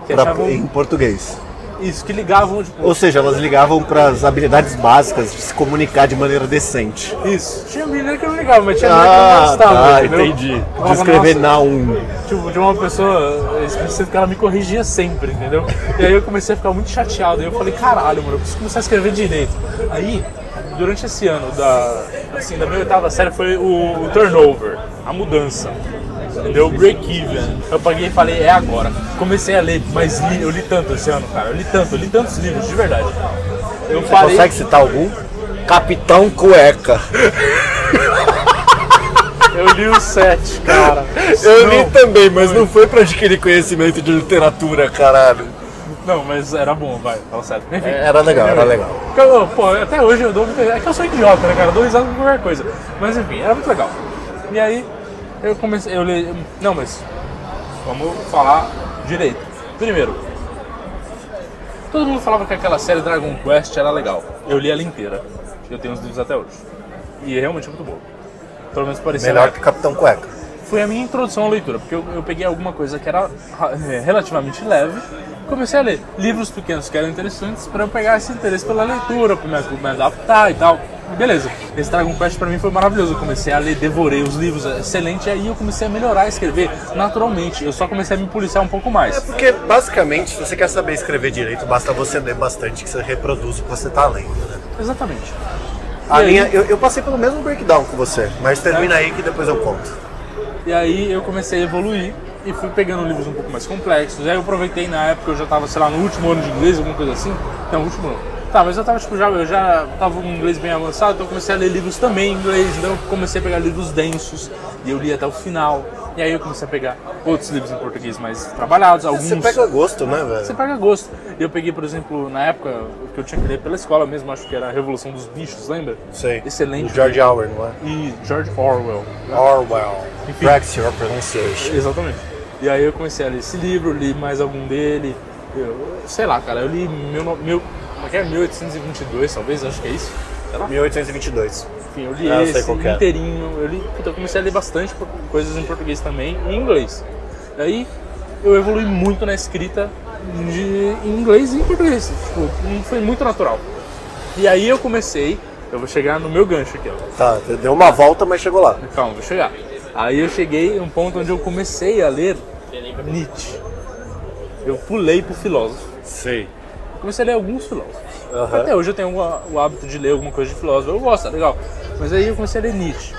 Speaker 1: Que
Speaker 2: Pra-
Speaker 1: achavam
Speaker 2: em português.
Speaker 1: isso, que ligavam, tipo,
Speaker 2: Ou seja, elas ligavam pras habilidades básicas de se comunicar de maneira decente.
Speaker 1: isso. Tinha menina que eu não ligava, mas
Speaker 2: é
Speaker 1: tinha menina que eu não gostava,
Speaker 2: Ah, tá,
Speaker 1: entendeu?
Speaker 2: entendi.
Speaker 1: Eu
Speaker 2: De
Speaker 1: falava,
Speaker 2: escrever
Speaker 1: "Nossa,
Speaker 2: na um.
Speaker 1: tipo, de uma pessoa específica, ela me corrigia sempre, entendeu? E aí eu comecei a ficar muito chateado. E eu falei, caralho, mano, eu preciso começar a escrever direito. Aí, durante esse ano da, assim, da minha oitava série foi o, o turnover, a mudança. Deu break-even. Eu paguei e falei, é agora. Comecei a ler, mas li- eu li tanto esse ano, cara. Eu li tanto, eu li tantos livros, de verdade. Eu parei.
Speaker 5: Consegue citar algum? Capitão Cueca.
Speaker 1: Eu li os sete, cara.
Speaker 5: Eu
Speaker 1: Não.
Speaker 5: li também, mas não foi pra adquirir conhecimento de literatura, caralho.
Speaker 1: Não, mas era bom, vai, fala sério. Enfim.
Speaker 5: Era É, legal, era legal.
Speaker 1: Porque eu, pô, até hoje eu dou. É que eu sou idiota, né, cara? Eu dou risada com qualquer coisa. Mas enfim, era muito legal. E aí, eu comecei. Eu li. Não, mas. Vamos falar direito. Primeiro. Todo mundo falava que aquela série Dragon Quest era legal. Eu li ela inteira. Eu tenho os livros até hoje. E é realmente muito boa. Pelo menos parecia.
Speaker 2: Melhor que Capitão Cueca.
Speaker 1: Foi a minha introdução à leitura, porque eu, eu peguei alguma coisa que era ra- é, relativamente leve, comecei a ler livros pequenos que eram interessantes para eu pegar esse interesse pela leitura, para me, me adaptar e tal. Beleza, esse Dragon Quest para mim foi maravilhoso. Eu comecei a ler, devorei os livros, é excelente, e aí eu comecei a melhorar a escrever naturalmente. Eu só comecei a me policiar um pouco mais.
Speaker 2: Porque, basicamente, se você quer saber escrever direito, basta você ler bastante que você reproduz o que você tá lendo, né?
Speaker 1: Exatamente.
Speaker 2: A
Speaker 1: E aí?
Speaker 2: minha, eu, eu passei pelo mesmo breakdown que você, mas termina aí que depois eu conto.
Speaker 1: E aí eu comecei a evoluir e fui pegando livros um pouco mais complexos. Aí eu aproveitei na época, eu já tava, sei lá, no último ano de inglês, alguma coisa assim. Não, último ano. Tá, mas eu tava, tipo, já, eu já tava com um inglês bem avançado, então eu comecei a ler livros também em inglês. Então eu comecei a pegar livros densos e eu li até o final. E aí eu comecei a pegar outros livros em português mais trabalhados, alguns...
Speaker 2: Você pega gosto, né,
Speaker 1: Você
Speaker 2: velho?
Speaker 1: pega gosto. Eu peguei, por exemplo, na época que eu tinha que ler pela escola mesmo, acho que era a Revolução dos Bichos, lembra?
Speaker 2: Sei.
Speaker 1: Excelente.
Speaker 2: O George Orwell, não é?
Speaker 1: E George Orwell.
Speaker 2: Orwell.
Speaker 1: Enfim.
Speaker 2: Practice your pronunciation.
Speaker 1: Exatamente. E aí eu comecei a ler esse livro, li mais algum dele. Eu, sei lá, cara, eu li meu, no- meu, como é que é? 1822, talvez, acho que é isso. Sei lá.
Speaker 2: 1822.
Speaker 1: Enfim, eu li
Speaker 2: Ah, eu sei
Speaker 1: esse
Speaker 2: qual que é.
Speaker 1: inteirinho. Eu, li, puta, eu comecei a ler bastante por- coisas em português também e em inglês. Daí eu evolui muito na escrita de em inglês e em português. Tipo, foi muito natural. E aí eu comecei, eu vou chegar no meu gancho aqui, ó.
Speaker 2: Tá, deu uma volta, mas chegou lá.
Speaker 1: Calma, vou chegar. Aí eu cheguei em um ponto onde eu comecei a ler Nietzsche. Eu pulei pro filósofo.
Speaker 3: Sei.
Speaker 1: Comecei a ler alguns filósofos. Até hoje eu tenho o o hábito de ler alguma coisa de filósofo. Eu gosto, é legal. Mas aí eu comecei a ler Nietzsche.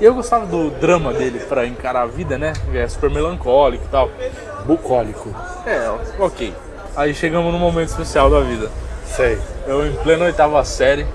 Speaker 1: E eu gostava do drama dele pra encarar a vida, né? Ele É super melancólico e tal.
Speaker 5: Bucólico.
Speaker 1: É, ok. Aí chegamos num momento especial da vida.
Speaker 2: Sei.
Speaker 1: Eu em plena oitava série,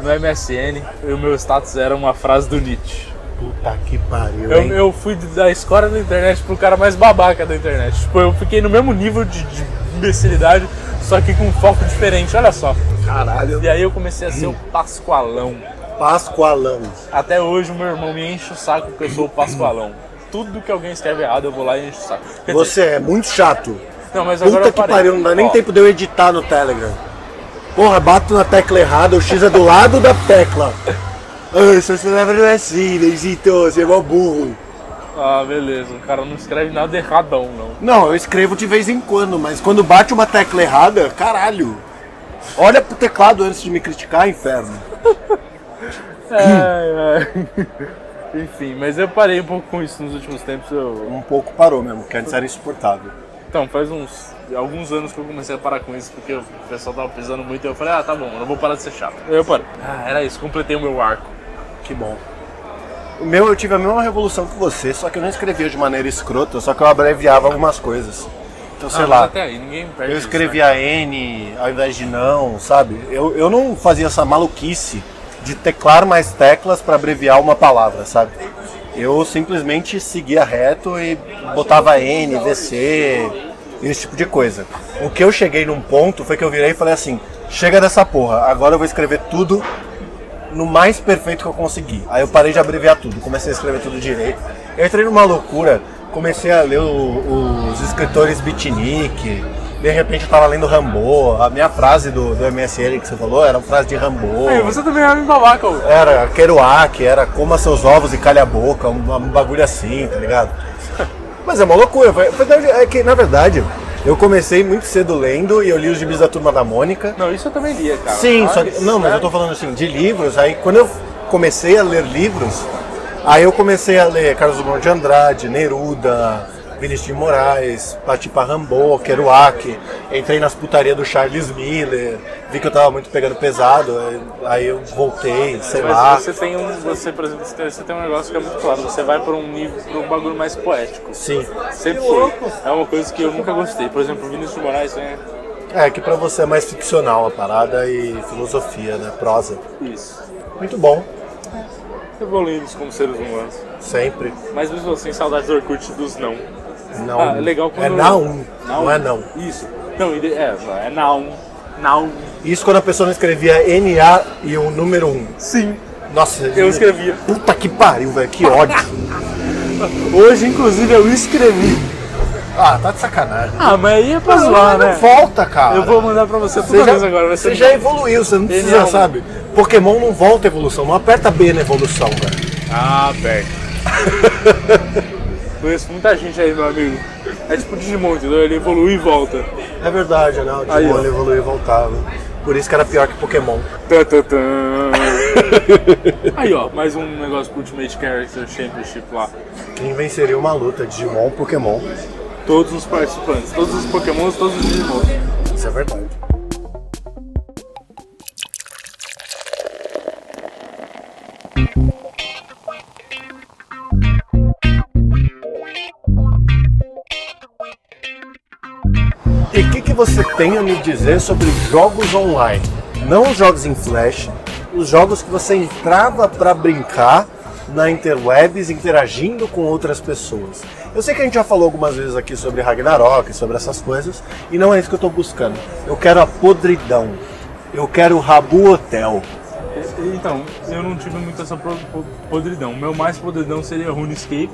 Speaker 1: no MSN, e o meu status era uma frase do Nietzsche.
Speaker 2: Puta que pariu,
Speaker 1: Eu,
Speaker 2: hein?
Speaker 1: eu fui da escola da internet pro cara mais babaca da internet. Tipo, eu fiquei no mesmo nível de, de imbecilidade, só que com um foco diferente, olha só.
Speaker 2: Caralho.
Speaker 1: E aí eu comecei a ser o Pascoalão.
Speaker 2: Pascoalão.
Speaker 1: Até hoje o meu irmão me enche o saco porque eu sou o Pascoalão. Tudo que alguém escreve errado, eu vou lá e encho o saco. Quer dizer,
Speaker 2: Você é muito chato.
Speaker 1: não, mas agora
Speaker 2: Puta
Speaker 1: eu
Speaker 2: que
Speaker 1: parei.
Speaker 2: pariu, não dá nem
Speaker 1: Ó,
Speaker 2: tempo de eu editar no Telegram. Porra, bato na tecla errada, o X é do lado da tecla. Ah, essas palavras não é assim, Leizito, você é mó burro.
Speaker 1: Ah, beleza. O cara não escreve nada erradão, não.
Speaker 2: Não, eu escrevo de vez em quando, mas quando bate uma tecla errada, caralho. Olha pro teclado antes de me criticar, inferno.
Speaker 1: Ai, ai. Enfim, mas eu parei um pouco com isso nos últimos tempos. Eu,
Speaker 2: Um pouco parou mesmo, que antes era insuportável.
Speaker 1: Então, faz uns alguns anos que eu comecei a parar com isso, porque o pessoal tava pesando muito e eu falei, ah, tá bom, eu não vou parar de ser chato. Aí eu parei. Ah, era isso, completei o meu arco.
Speaker 2: Que bom. O meu, eu tive a mesma revolução que você, só que eu não escrevia de maneira escrota, só que eu abreviava algumas coisas. Então, sei
Speaker 1: Ah, mas
Speaker 2: lá.
Speaker 1: Até aí, ninguém perde
Speaker 2: Eu
Speaker 1: isso,
Speaker 2: escrevi
Speaker 1: né?
Speaker 2: a N ao invés de não, sabe? Eu, eu não fazia essa maluquice de teclar mais teclas para abreviar uma palavra, sabe? Eu simplesmente seguia reto e botava N, VC, esse tipo de coisa. O que eu cheguei num ponto foi que eu virei e falei assim: chega dessa porra, agora eu vou escrever tudo no mais perfeito que eu consegui. Aí eu parei de abreviar tudo, comecei a escrever tudo direito. Eu entrei numa loucura, comecei a ler o- os escritores beatnik, de repente eu tava lendo Rambo, a minha frase do, do MSN que você falou era uma frase de Rambo.
Speaker 1: Ei, você também é um babaca, ô.
Speaker 2: Era Kerouac, era coma seus ovos e calha a boca, um, um bagulho assim, tá ligado? Mas é uma loucura, foi, foi da- é que na verdade eu comecei muito cedo lendo e eu li os gibis da Turma da Mônica.
Speaker 1: Não, isso eu também lia, cara.
Speaker 2: Sim,
Speaker 1: Ah,
Speaker 2: só que,
Speaker 1: isso,
Speaker 2: não, mas
Speaker 1: né?
Speaker 2: eu tô falando assim, de livros, aí quando eu comecei a ler livros, aí eu comecei a ler Carlos Drummond de Andrade, Neruda, Vinícius de Moraes, Pati Parrambô, Kerouac. Entrei nas putarias do Charles Miller, vi que eu tava muito pegando pesado, aí- aí eu voltei, sei lá.
Speaker 1: Mas você tem um. Você, por exemplo, você você tem um negócio que é muito claro. Você vai pra um nível, pra um bagulho mais poético.
Speaker 2: Sim.
Speaker 1: Sempre foi. É uma coisa que eu nunca gostei. Por exemplo, o Vinícius de Moraes é
Speaker 2: É, que pra você é mais ficcional a parada e filosofia, né? Prosa.
Speaker 1: isso.
Speaker 2: Muito bom,
Speaker 1: Evoluídos como seres humanos.
Speaker 2: sempre.
Speaker 1: Mas mesmo assim, saudades do Orkut dos não.
Speaker 2: Não.
Speaker 1: Ah, legal quando... um.
Speaker 2: É não, não é não.
Speaker 1: Isso. Não, ide- é, é não. Não.
Speaker 2: Isso quando a pessoa não escrevia NA e o número 1.
Speaker 1: Sim.
Speaker 2: Nossa,
Speaker 1: Eu escrevia.
Speaker 2: Puta que pariu, velho, que ódio.
Speaker 1: Hoje, inclusive, eu escrevi.
Speaker 2: ah, tá de sacanagem.
Speaker 1: Ah, mas aí é
Speaker 2: Tá
Speaker 1: pra zoar, né?
Speaker 2: Volta, cara.
Speaker 1: Eu vou mandar pra você
Speaker 2: Você
Speaker 1: toda
Speaker 2: já,
Speaker 1: vez agora. Vai
Speaker 2: você
Speaker 1: ser
Speaker 2: já evoluiu, você não precisa,
Speaker 1: é um-
Speaker 2: sabe? Pokémon não volta a evolução, não aperta B na evolução, velho.
Speaker 1: Ah, velho. Conheço muita gente aí, meu amigo. É tipo Digimon, entendeu? Ele evolui e volta.
Speaker 2: É verdade, né? O
Speaker 1: Aí, ó.
Speaker 2: Digimon ele evoluiu e voltava. Por isso que era pior que Pokémon.
Speaker 1: Tã, tã, tã. Aí, ó, mais um negócio pro Ultimate Character Championship lá.
Speaker 2: Quem venceria uma luta, Digimon ou Pokémon?
Speaker 1: Todos os participantes, todos os Pokémons, todos os Digimons.
Speaker 2: Isso é verdade. E o que, que você tem a me dizer sobre jogos online? Não os jogos em flash, os jogos que você entrava pra brincar na interwebs, interagindo com outras pessoas. Eu sei que a gente já falou algumas vezes aqui sobre Ragnarok, sobre essas coisas, e não é isso que eu tô buscando. Eu quero a podridão. Eu quero o Rabu Hotel.
Speaker 1: E- e- Então, eu não tive muito essa pro- po- podridão. O meu mais podridão seria RuneScape.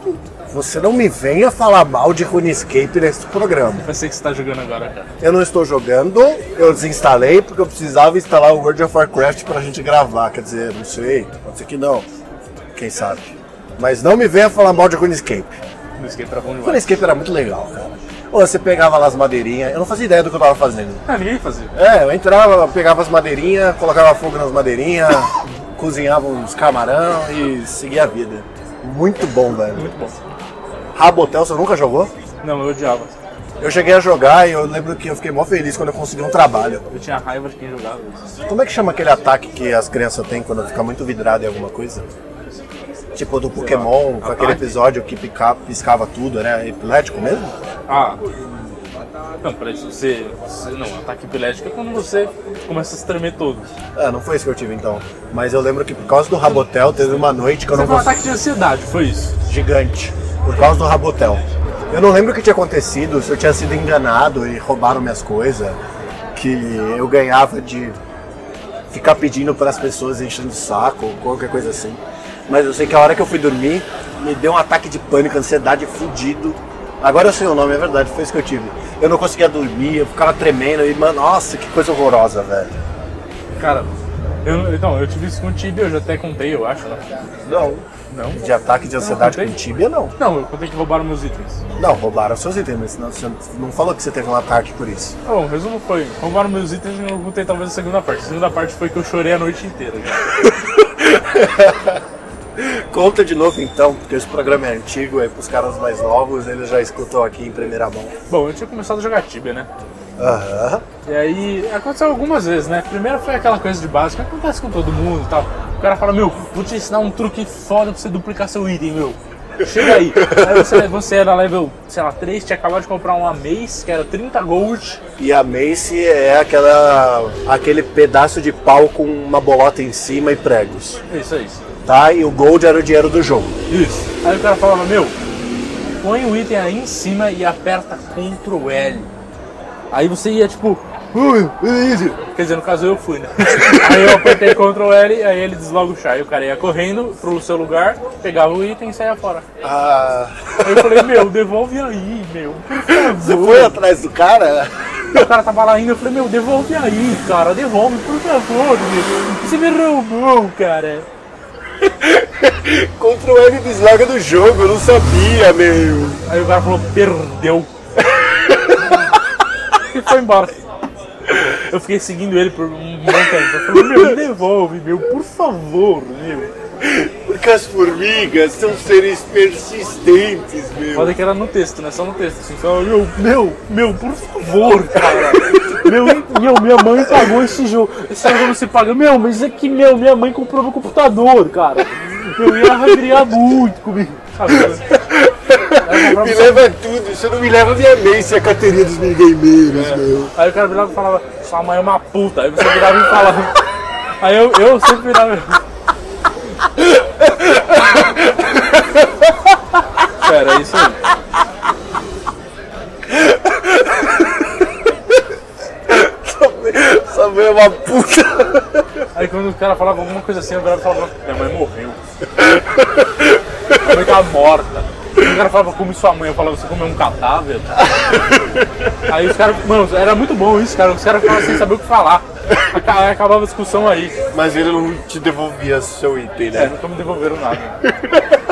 Speaker 2: Você não me venha falar mal de RuneScape nesse programa.
Speaker 1: Eu sei que você tá jogando agora, cara.
Speaker 2: Eu não estou jogando, eu desinstalei porque eu precisava instalar o World of Warcraft pra gente gravar. Quer dizer, não sei, pode ser que não. Quem sabe. Mas não me venha falar mal de RuneScape.
Speaker 1: RuneScape era bom
Speaker 2: O
Speaker 1: demais.
Speaker 2: RuneScape era muito legal, cara. Ou você pegava lá as madeirinhas, eu não fazia ideia do que eu tava fazendo.
Speaker 1: Ah, ninguém fazia.
Speaker 2: É, eu entrava, pegava as madeirinhas, colocava fogo nas madeirinhas, cozinhava uns camarão e seguia a vida. Muito bom, velho.
Speaker 1: Muito bom.
Speaker 2: Rabotel, você nunca jogou?
Speaker 1: Não, eu odiava.
Speaker 2: Eu cheguei a jogar e eu lembro que eu fiquei mó feliz quando eu consegui um trabalho.
Speaker 1: Eu tinha raiva de quem jogava isso.
Speaker 2: Como é que chama aquele ataque que as crianças têm quando fica muito vidrada em alguma coisa? Tipo do Pokémon, com aquele episódio que pica- piscava tudo, né? Epilético mesmo?
Speaker 1: Ah. Não, peraí, se você. se- Não, ataque epilético é quando você começa a se tremer todo.
Speaker 2: Ah, não foi isso que eu tive então. Mas eu lembro que por causa do Rabotel teve uma noite que eu
Speaker 1: Você
Speaker 2: não
Speaker 1: foi um
Speaker 2: consegui.
Speaker 1: ataque de ansiedade, foi isso.
Speaker 2: gigante por causa do Rabotel. Eu não lembro o que tinha acontecido, se eu tinha sido enganado e roubaram minhas coisas, que eu ganhava de ficar pedindo para as pessoas enchendo o saco ou qualquer coisa assim. Mas eu sei que a hora que eu fui dormir, me deu um ataque de pânico, ansiedade fudido. Agora eu sei o nome, é verdade, foi isso que eu tive. Eu não conseguia dormir, eu ficava tremendo e, mano, nossa, que coisa horrorosa, velho.
Speaker 1: Cara, eu, então, eu tive isso com o Tibia, eu já até contei, eu acho, né?
Speaker 2: Não.
Speaker 1: Não?
Speaker 2: De ataque de ansiedade
Speaker 1: tem.
Speaker 2: com tíbia, não.
Speaker 1: Não, eu contei que roubaram meus itens.
Speaker 2: Não, roubaram seus itens, mas não- você não falou que você teve um ataque por isso.
Speaker 1: Tá Bom, o resumo foi, roubaram meus itens e eu contei talvez a segunda parte. A segunda parte foi que eu chorei a noite inteira. cara.
Speaker 2: Conta de novo então, porque esse programa é antigo, é pros caras mais novos, eles já escutam aqui em primeira mão.
Speaker 1: Bom, eu tinha começado a jogar Tibia, né?
Speaker 2: Aham.
Speaker 1: E aí aconteceu algumas vezes, né? Primeiro foi aquela coisa de base que acontece com todo mundo e tal. O cara fala, meu, vou te ensinar um truque foda pra você duplicar seu item, meu. Chega aí. aí você, você era level, sei lá, 3, tinha acabado de comprar uma Mace, que era 30 gold.
Speaker 2: E a Mace é aquela aquele pedaço de pau com uma bolota em cima e pregos,
Speaker 1: Isso, é isso.
Speaker 2: tá? E o gold era o dinheiro do jogo.
Speaker 1: Isso. Aí o cara falava, meu, põe o item aí em cima e aperta Ctrl L. Aí você ia tipo. "Ui, beleza." Quer dizer, no caso eu fui, né? aí eu apertei Ctrl L, aí ele desloga o chá. Aí o cara ia correndo pro seu lugar, pegava o item e saia fora.
Speaker 2: Ah,
Speaker 1: Aí eu falei, meu, devolve aí, meu, por favor.
Speaker 2: você foi atrás do cara?
Speaker 1: O cara tava lá ainda, eu falei, meu, devolve aí, cara, devolve, por favor, meu. Você me roubou, cara.
Speaker 2: Contra o L desloga do jogo, eu não sabia, meu.
Speaker 1: Aí o cara falou, perdeu. e foi embora. Eu fiquei seguindo ele por um bom tempo. Eu falei, meu, devolve, meu, por favor, meu.
Speaker 6: Porque as formigas são seres persistentes, meu.
Speaker 1: Foda que era no texto, né? Só no texto. Assim, só, meu, meu, meu, por favor, cara. Meu, meu, minha mãe pagou esse jogo. Esse jogo não se paga. Meu, mas é que meu, minha mãe comprou meu computador, cara. Eu ia rangriar muito comigo. Sabe? Aí, eu comprava-
Speaker 6: Me leva tudo, isso não me leva minha
Speaker 2: é
Speaker 6: mente, a cateria dos mingameiros, meu.
Speaker 1: aí o cara virava e falava, sua mãe é uma puta. Aí você virava e falava. Aí eu, eu sempre virava. Pera, é isso aí.
Speaker 6: Essa mãe é uma puta.
Speaker 1: Aí quando o cara falava alguma coisa assim, eu virava e falava, minha mãe morreu. Minha mãe tá morta. Aí o cara falava, come sua mãe, eu falava, você comeu um cadáver? aí os caras, mano, era muito bom isso, cara. Os caras falavam sem saber o que falar. Aca- Aí acabava a discussão aí.
Speaker 6: Mas ele não te devolvia seu item,
Speaker 1: É,
Speaker 6: né?
Speaker 1: nunca me devolveram nada.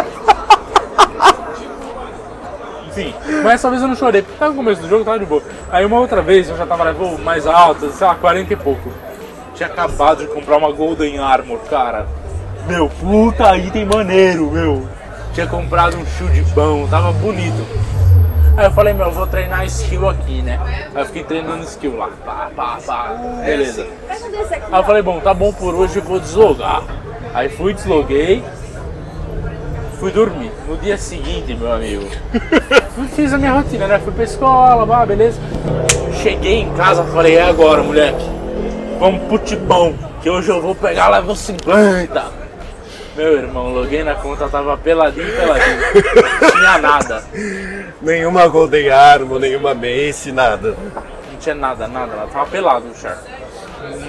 Speaker 1: Enfim, mas essa vez eu não chorei, porque tava no começo do jogo, tava de boa. Aí uma outra vez eu já tava na level mais alta, sei lá, 40 e pouco. Tinha acabado de comprar uma Golden Armor, cara. Meu, puta item maneiro, meu. Tinha comprado um shield bom, tava bonito. Aí eu falei, meu, eu vou treinar skill aqui, né? Aí eu fiquei treinando skill lá. Pá, pá, pá. Beleza. Aí eu falei, bom, tá bom por hoje, eu vou deslogar. Aí fui, desloguei, fui dormir. No dia seguinte, meu amigo, fiz a minha rotina, né? Fui pra escola, bah, beleza. Cheguei em casa, falei, é agora, moleque. Vamos pro Tibão, que hoje eu vou pegar level 50. Meu irmão, loguei na conta, tava peladinho, peladinho. Não tinha nada.
Speaker 2: É. Nenhuma Golden Armor, nenhuma Mace, nada.
Speaker 1: Não tinha nada, nada, nada. Tava pelado o char.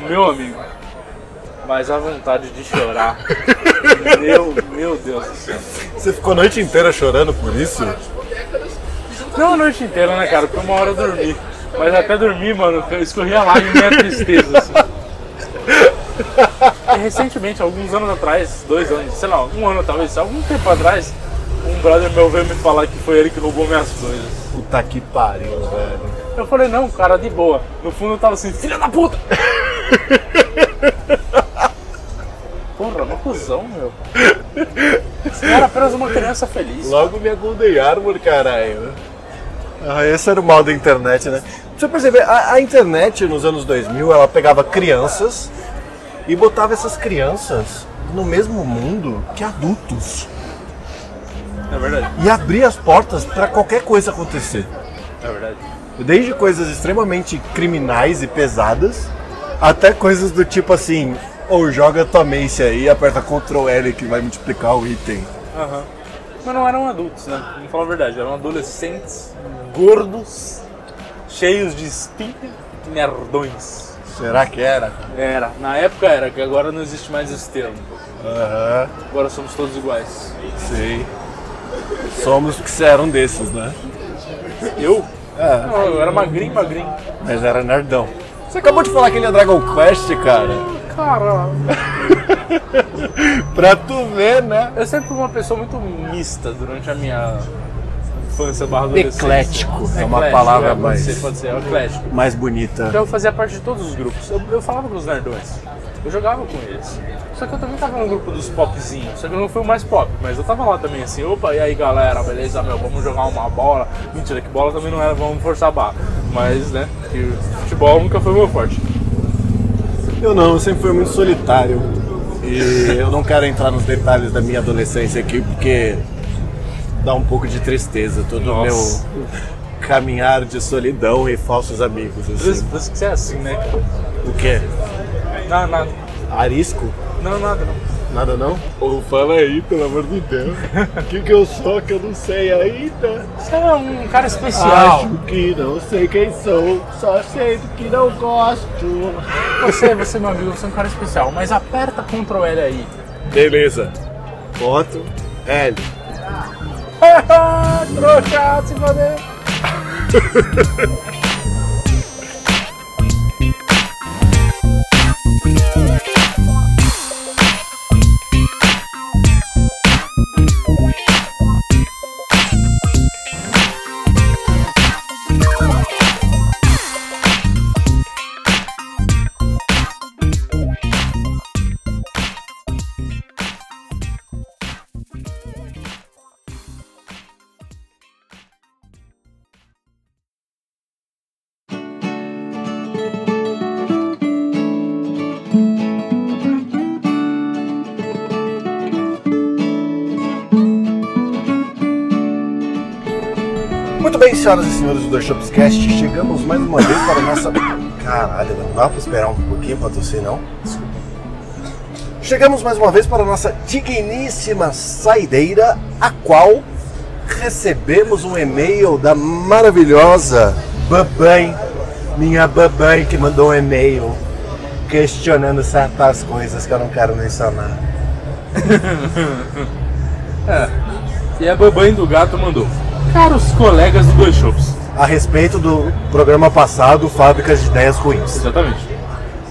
Speaker 1: Meu amigo. Mas a vontade de chorar. meu, meu Deus do céu.
Speaker 2: Você ficou a noite inteira chorando por isso?
Speaker 1: Não a noite inteira, né, cara? Porque uma hora eu dormi. Mas até dormir, mano, eu escorria lá em minha tristeza. Assim. E recentemente, alguns anos atrás, dois anos, sei lá, um ano talvez, algum tempo atrás, um brother meu veio me falar que foi ele que roubou minhas coisas.
Speaker 2: Puta que pariu, velho.
Speaker 1: Eu falei, não, cara, de boa. No fundo eu tava assim, filha da puta! Porra, é uma cuzão, meu. Esse Era apenas uma criança feliz.
Speaker 2: Logo minha Golden Armor, caralho. Ah, esse era o mal da internet, né? Pra você perceber, a, a internet nos anos 2000, ela pegava crianças e botava essas crianças no mesmo mundo que adultos.
Speaker 1: É verdade,
Speaker 2: e abrir as portas para qualquer coisa acontecer.
Speaker 1: é verdade.
Speaker 2: Desde coisas extremamente criminais e pesadas, até coisas do tipo assim, ou joga tua mace aí e aperta Ctrl L que vai multiplicar o item.
Speaker 1: Aham. Mas não eram adultos, né? Vamos falar a verdade. Eram adolescentes, gordos, cheios de espinha e merdões.
Speaker 2: Será que era?
Speaker 1: Era. Na época era, que agora não existe mais esse termo.
Speaker 2: Aham,
Speaker 1: Agora somos todos iguais.
Speaker 2: sei. Somos que você era um desses, né?
Speaker 1: Eu? Não, eu era magrinho, magrinho.
Speaker 2: Mas era nerdão. Você acabou de falar que ele é Dragon Quest, cara.
Speaker 1: Caralho.
Speaker 2: Pra tu ver, né?
Speaker 1: Eu sempre fui uma pessoa muito mista durante a minha infância barra adolescência.
Speaker 2: Eclético é uma
Speaker 1: Eclético,
Speaker 2: palavra
Speaker 1: é, pode
Speaker 2: mais-
Speaker 1: ser, pode ser, é eclético.
Speaker 2: Mais bonita.
Speaker 1: Então eu fazia parte de todos os grupos. Eu, eu falava com os nerdões. Eu jogava com eles. Só que eu também tava no grupo dos popzinhos. Só que eu não fui o mais pop, mas eu tava lá também assim. Opa, e aí galera, beleza, meu? Vamos jogar uma bola. Mentira, que bola também não era, vamos forçar a barra. Mas, né, que futebol nunca foi meu forte.
Speaker 2: Eu não, eu sempre fui muito solitário. E eu não quero entrar nos detalhes da minha adolescência aqui, porque dá um pouco de tristeza todo o
Speaker 1: Nossa.
Speaker 2: meu caminhar de solidão e falsos amigos.
Speaker 1: Por isso
Speaker 2: Assim.
Speaker 1: por isso que você é assim, né?
Speaker 2: O quê?
Speaker 1: Não, nada.
Speaker 2: Arisco?
Speaker 1: Não, nada, não.
Speaker 2: Nada não?
Speaker 6: Ou fala aí, pelo amor de Deus. O que, que eu sou que eu não sei ainda?
Speaker 1: Você é um cara especial.
Speaker 6: que não sei quem sou, só sei do que não gosto.
Speaker 1: Você, você, meu amigo, você é um cara especial, mas aperta Ctrl L aí.
Speaker 2: Beleza. Foto. L.
Speaker 1: Trouxa, se foder.
Speaker 7: Muito bem, senhoras e senhores do Dois Shops Cast, chegamos mais uma vez para a nossa. Caralho, não dá pra esperar um pouquinho pra tossir, não? Desculpa. Chegamos mais uma vez para a nossa digníssima saideira, a qual recebemos um e-mail da maravilhosa
Speaker 2: Babãe, minha babãe que mandou um e-mail questionando certas coisas que eu não quero mencionar.
Speaker 1: E a babãe do gato mandou. Caros colegas do Dois Shops.
Speaker 2: A respeito do programa passado, Fábricas de Ideias Ruins.
Speaker 1: Exatamente.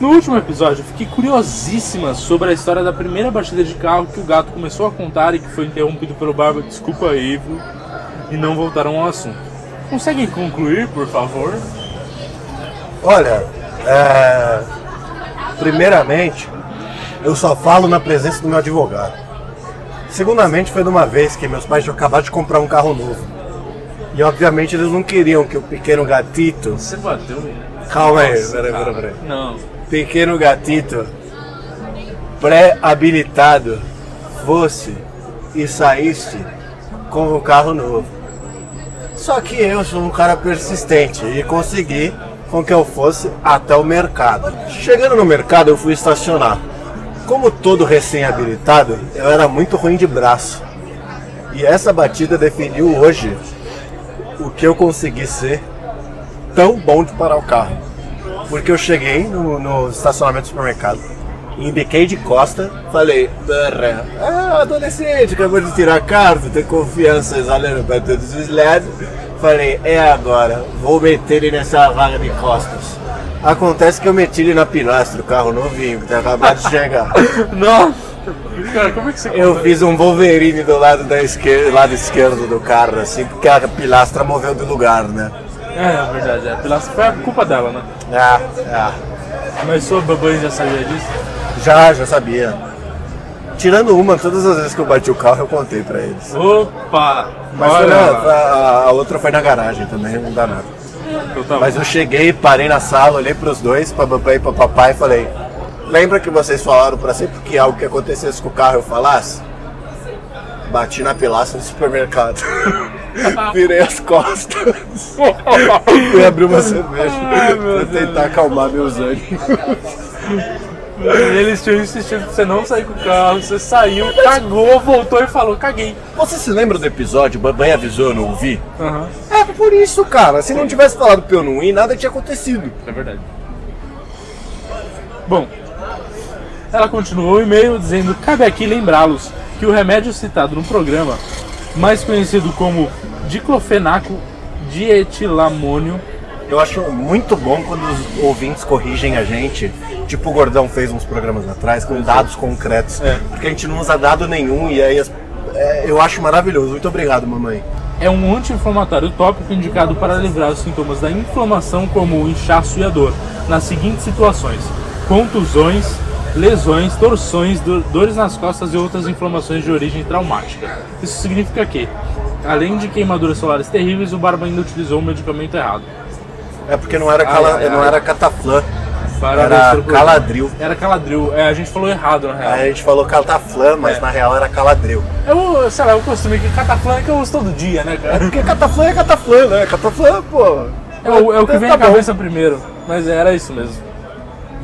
Speaker 1: No último episódio, eu fiquei curiosíssima sobre a história da primeira batida de carro que o gato começou a contar e que foi interrompido pelo Barba, desculpa aí, viu? E não voltaram ao assunto. Conseguem concluir, por favor?
Speaker 2: Olha, é, primeiramente, eu só falo na presença do meu advogado. Segundamente, foi de uma vez que meus pais tinham acabado de comprar um carro novo. E obviamente eles não queriam que o pequeno gatito.
Speaker 1: Você bateu,
Speaker 2: Calma aí, peraí, peraí, peraí.
Speaker 1: Não.
Speaker 2: Pequeno gatito pré-habilitado fosse e saísse com o carro novo. Só que eu sou um cara persistente e consegui com que eu fosse até o mercado. Chegando no mercado, eu fui estacionar. Como todo recém-habilitado, eu era muito ruim de braço. E essa batida definiu hoje o que eu consegui ser tão bom de parar o carro. Porque eu cheguei no, no estacionamento do supermercado, indiquei de costa, falei, "Barra, ah, adolescente, acabou de tirar a carta, tem confiança, exalando para todos os lados. Falei, é agora, vou meter ele nessa vaga de costas. Acontece que eu meti ele na pilastra, o carro novinho, que tinha acabado de chegar.
Speaker 1: Nossa! Cara, como é que você
Speaker 2: Eu fiz um Wolverine do lado da esquerda, lado esquerdo do carro, assim, porque a pilastra moveu de lugar, né?
Speaker 1: É, é verdade, é. Pela... Foi a culpa dela, né?
Speaker 2: Ah, ah.
Speaker 1: Mas sua babãe já sabia disso?
Speaker 2: Já, já sabia. Tirando uma, todas as vezes que eu bati o carro eu contei pra eles.
Speaker 1: Opa!
Speaker 2: Mas foi
Speaker 1: Olha
Speaker 2: na-
Speaker 1: lá.
Speaker 2: a, a outra foi na garagem também, não dá nada.
Speaker 1: Então tá bom.
Speaker 2: Mas eu cheguei, parei na sala, olhei pros dois, pra papai e pra papai, e falei: Lembra que vocês falaram pra sempre que algo que acontecesse com o carro eu falasse? Bati na pilastra do supermercado. Virei as costas. Fui abrir uma cerveja
Speaker 1: Ai, meu
Speaker 2: pra tentar acalmar meus ânimos.
Speaker 1: Eles tinham insistido pra você não sair com o carro, você saiu, cagou, voltou e falou, caguei.
Speaker 2: Você se lembra do episódio? Babãe avisou, eu não ouvi?
Speaker 1: Aham,
Speaker 2: É por isso, cara. Se não tivesse falado pra eu não ir, nada tinha acontecido.
Speaker 1: é verdade. Bom, ela continuou o e-mail dizendo, cabe aqui lembrá-los que o remédio citado no programa, mais conhecido como diclofenaco dietilamônio,
Speaker 2: Eu acho muito bom quando os ouvintes corrigem a gente. Tipo o Gordão fez uns programas atrás com dados concretos.
Speaker 1: É.
Speaker 2: Porque a gente não usa dado nenhum e aí as- é, eu acho maravilhoso. Muito obrigado, mamãe.
Speaker 1: é um anti-inflamatório tópico indicado para livrar os sintomas da inflamação, como o inchaço e a dor, nas seguintes situações: contusões, lesões, torções, do- dores nas costas e outras inflamações de origem traumática. Isso significa que, além de queimaduras solares terríveis, o barba ainda utilizou o medicamento errado.
Speaker 2: É porque não era,
Speaker 1: Ai,
Speaker 2: cala,
Speaker 1: ai,
Speaker 2: não
Speaker 1: ai.
Speaker 2: era cataflã,
Speaker 1: Para
Speaker 2: era
Speaker 1: destruir-
Speaker 2: caladril. É.
Speaker 1: Era caladril. É, a gente falou errado na real.
Speaker 2: Aí a gente falou cataflã, mas
Speaker 1: É.
Speaker 2: na real era caladril.
Speaker 1: Eu, sei lá, eu costumo que cataflã é que eu uso todo dia, né, cara?
Speaker 2: Porque cataflã é cataflã, né? Cataflã, pô.
Speaker 1: É o, é o que
Speaker 2: Tá
Speaker 1: vem na
Speaker 2: bom.
Speaker 1: cabeça primeiro. Mas era isso mesmo.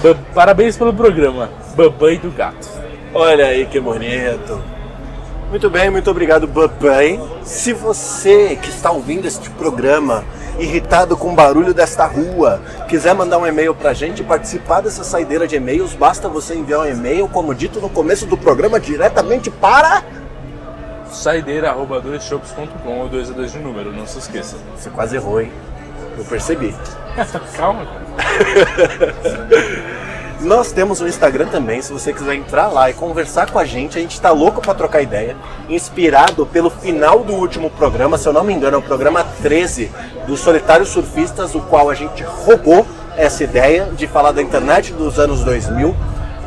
Speaker 1: Ba- Parabéns pelo programa. Babãe do gato.
Speaker 2: Olha aí que bonito. Muito bem, muito obrigado, Babai. Se você que está ouvindo este programa, irritado com o barulho desta rua, quiser mandar um e-mail pra gente e participar dessa saideira de e-mails, basta você enviar um e-mail, como dito no começo do programa, diretamente para.
Speaker 1: Saideira.doisshops.com ou 2 a 2 de número, não se esqueça.
Speaker 2: Você quase errou, hein? Eu percebi.
Speaker 1: Calma, cara.
Speaker 2: Nós temos o Instagram também, se você quiser entrar lá e conversar com a gente, a gente tá louco pra trocar ideia. Inspirado pelo final do último programa, se eu não me engano, é o programa 13 dos Solitários Surfistas, o qual a gente roubou essa ideia de falar da internet dos anos 2000.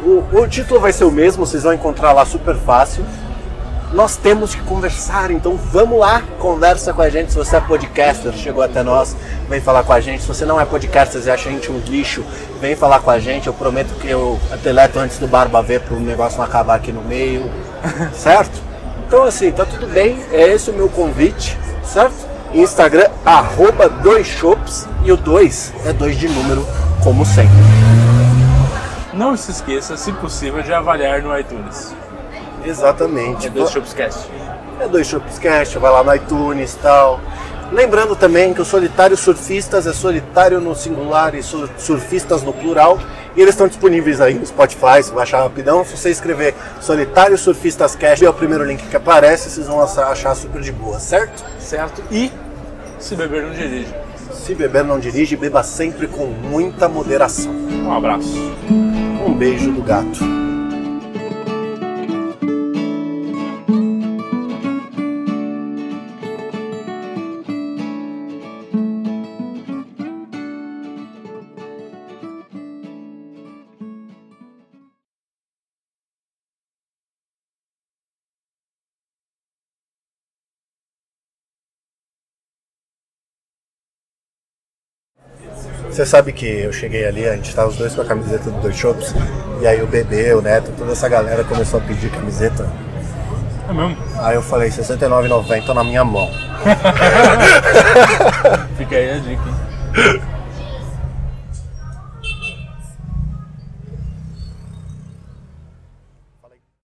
Speaker 2: O, o título vai ser o mesmo, vocês vão encontrar lá super fácil. Nós temos que conversar, então vamos lá, conversa com a gente. Se você é podcaster, chegou até nós, vem falar com a gente. Se você não é podcaster e acha a gente um lixo, vem falar com a gente. Eu prometo que eu ateleto antes do Barba ver para o negócio não acabar aqui no meio, certo? Então assim, tá tudo bem, é esse o meu convite, certo? Instagram, arroba dois shops e o 2 é 2 de número, como sempre.
Speaker 1: Não se esqueça, se possível, de avaliar no iTunes.
Speaker 2: Exatamente.
Speaker 1: É do Shopscast.
Speaker 2: É dois Shopscast, vai lá no iTunes e tal. Lembrando também que o Solitário Surfistas é solitário no singular e sur- surfistas no plural. E eles estão disponíveis aí no Spotify, se baixar rapidão. Se você escrever Solitário Surfistas Cast, é o primeiro link que aparece, vocês vão achar achar super de boa, certo?
Speaker 1: Certo? E se beber não dirige.
Speaker 2: Se beber não dirige, beba sempre com muita moderação.
Speaker 1: Um abraço.
Speaker 2: Um beijo do gato. Você sabe que eu cheguei ali, a gente tava os dois com a camiseta do Dois Shops, e aí o bebê, o Neto, toda essa galera começou a pedir camiseta.
Speaker 1: É mesmo?
Speaker 2: Aí eu falei, 69,90 na minha mão.
Speaker 1: Fica aí a dica, hein?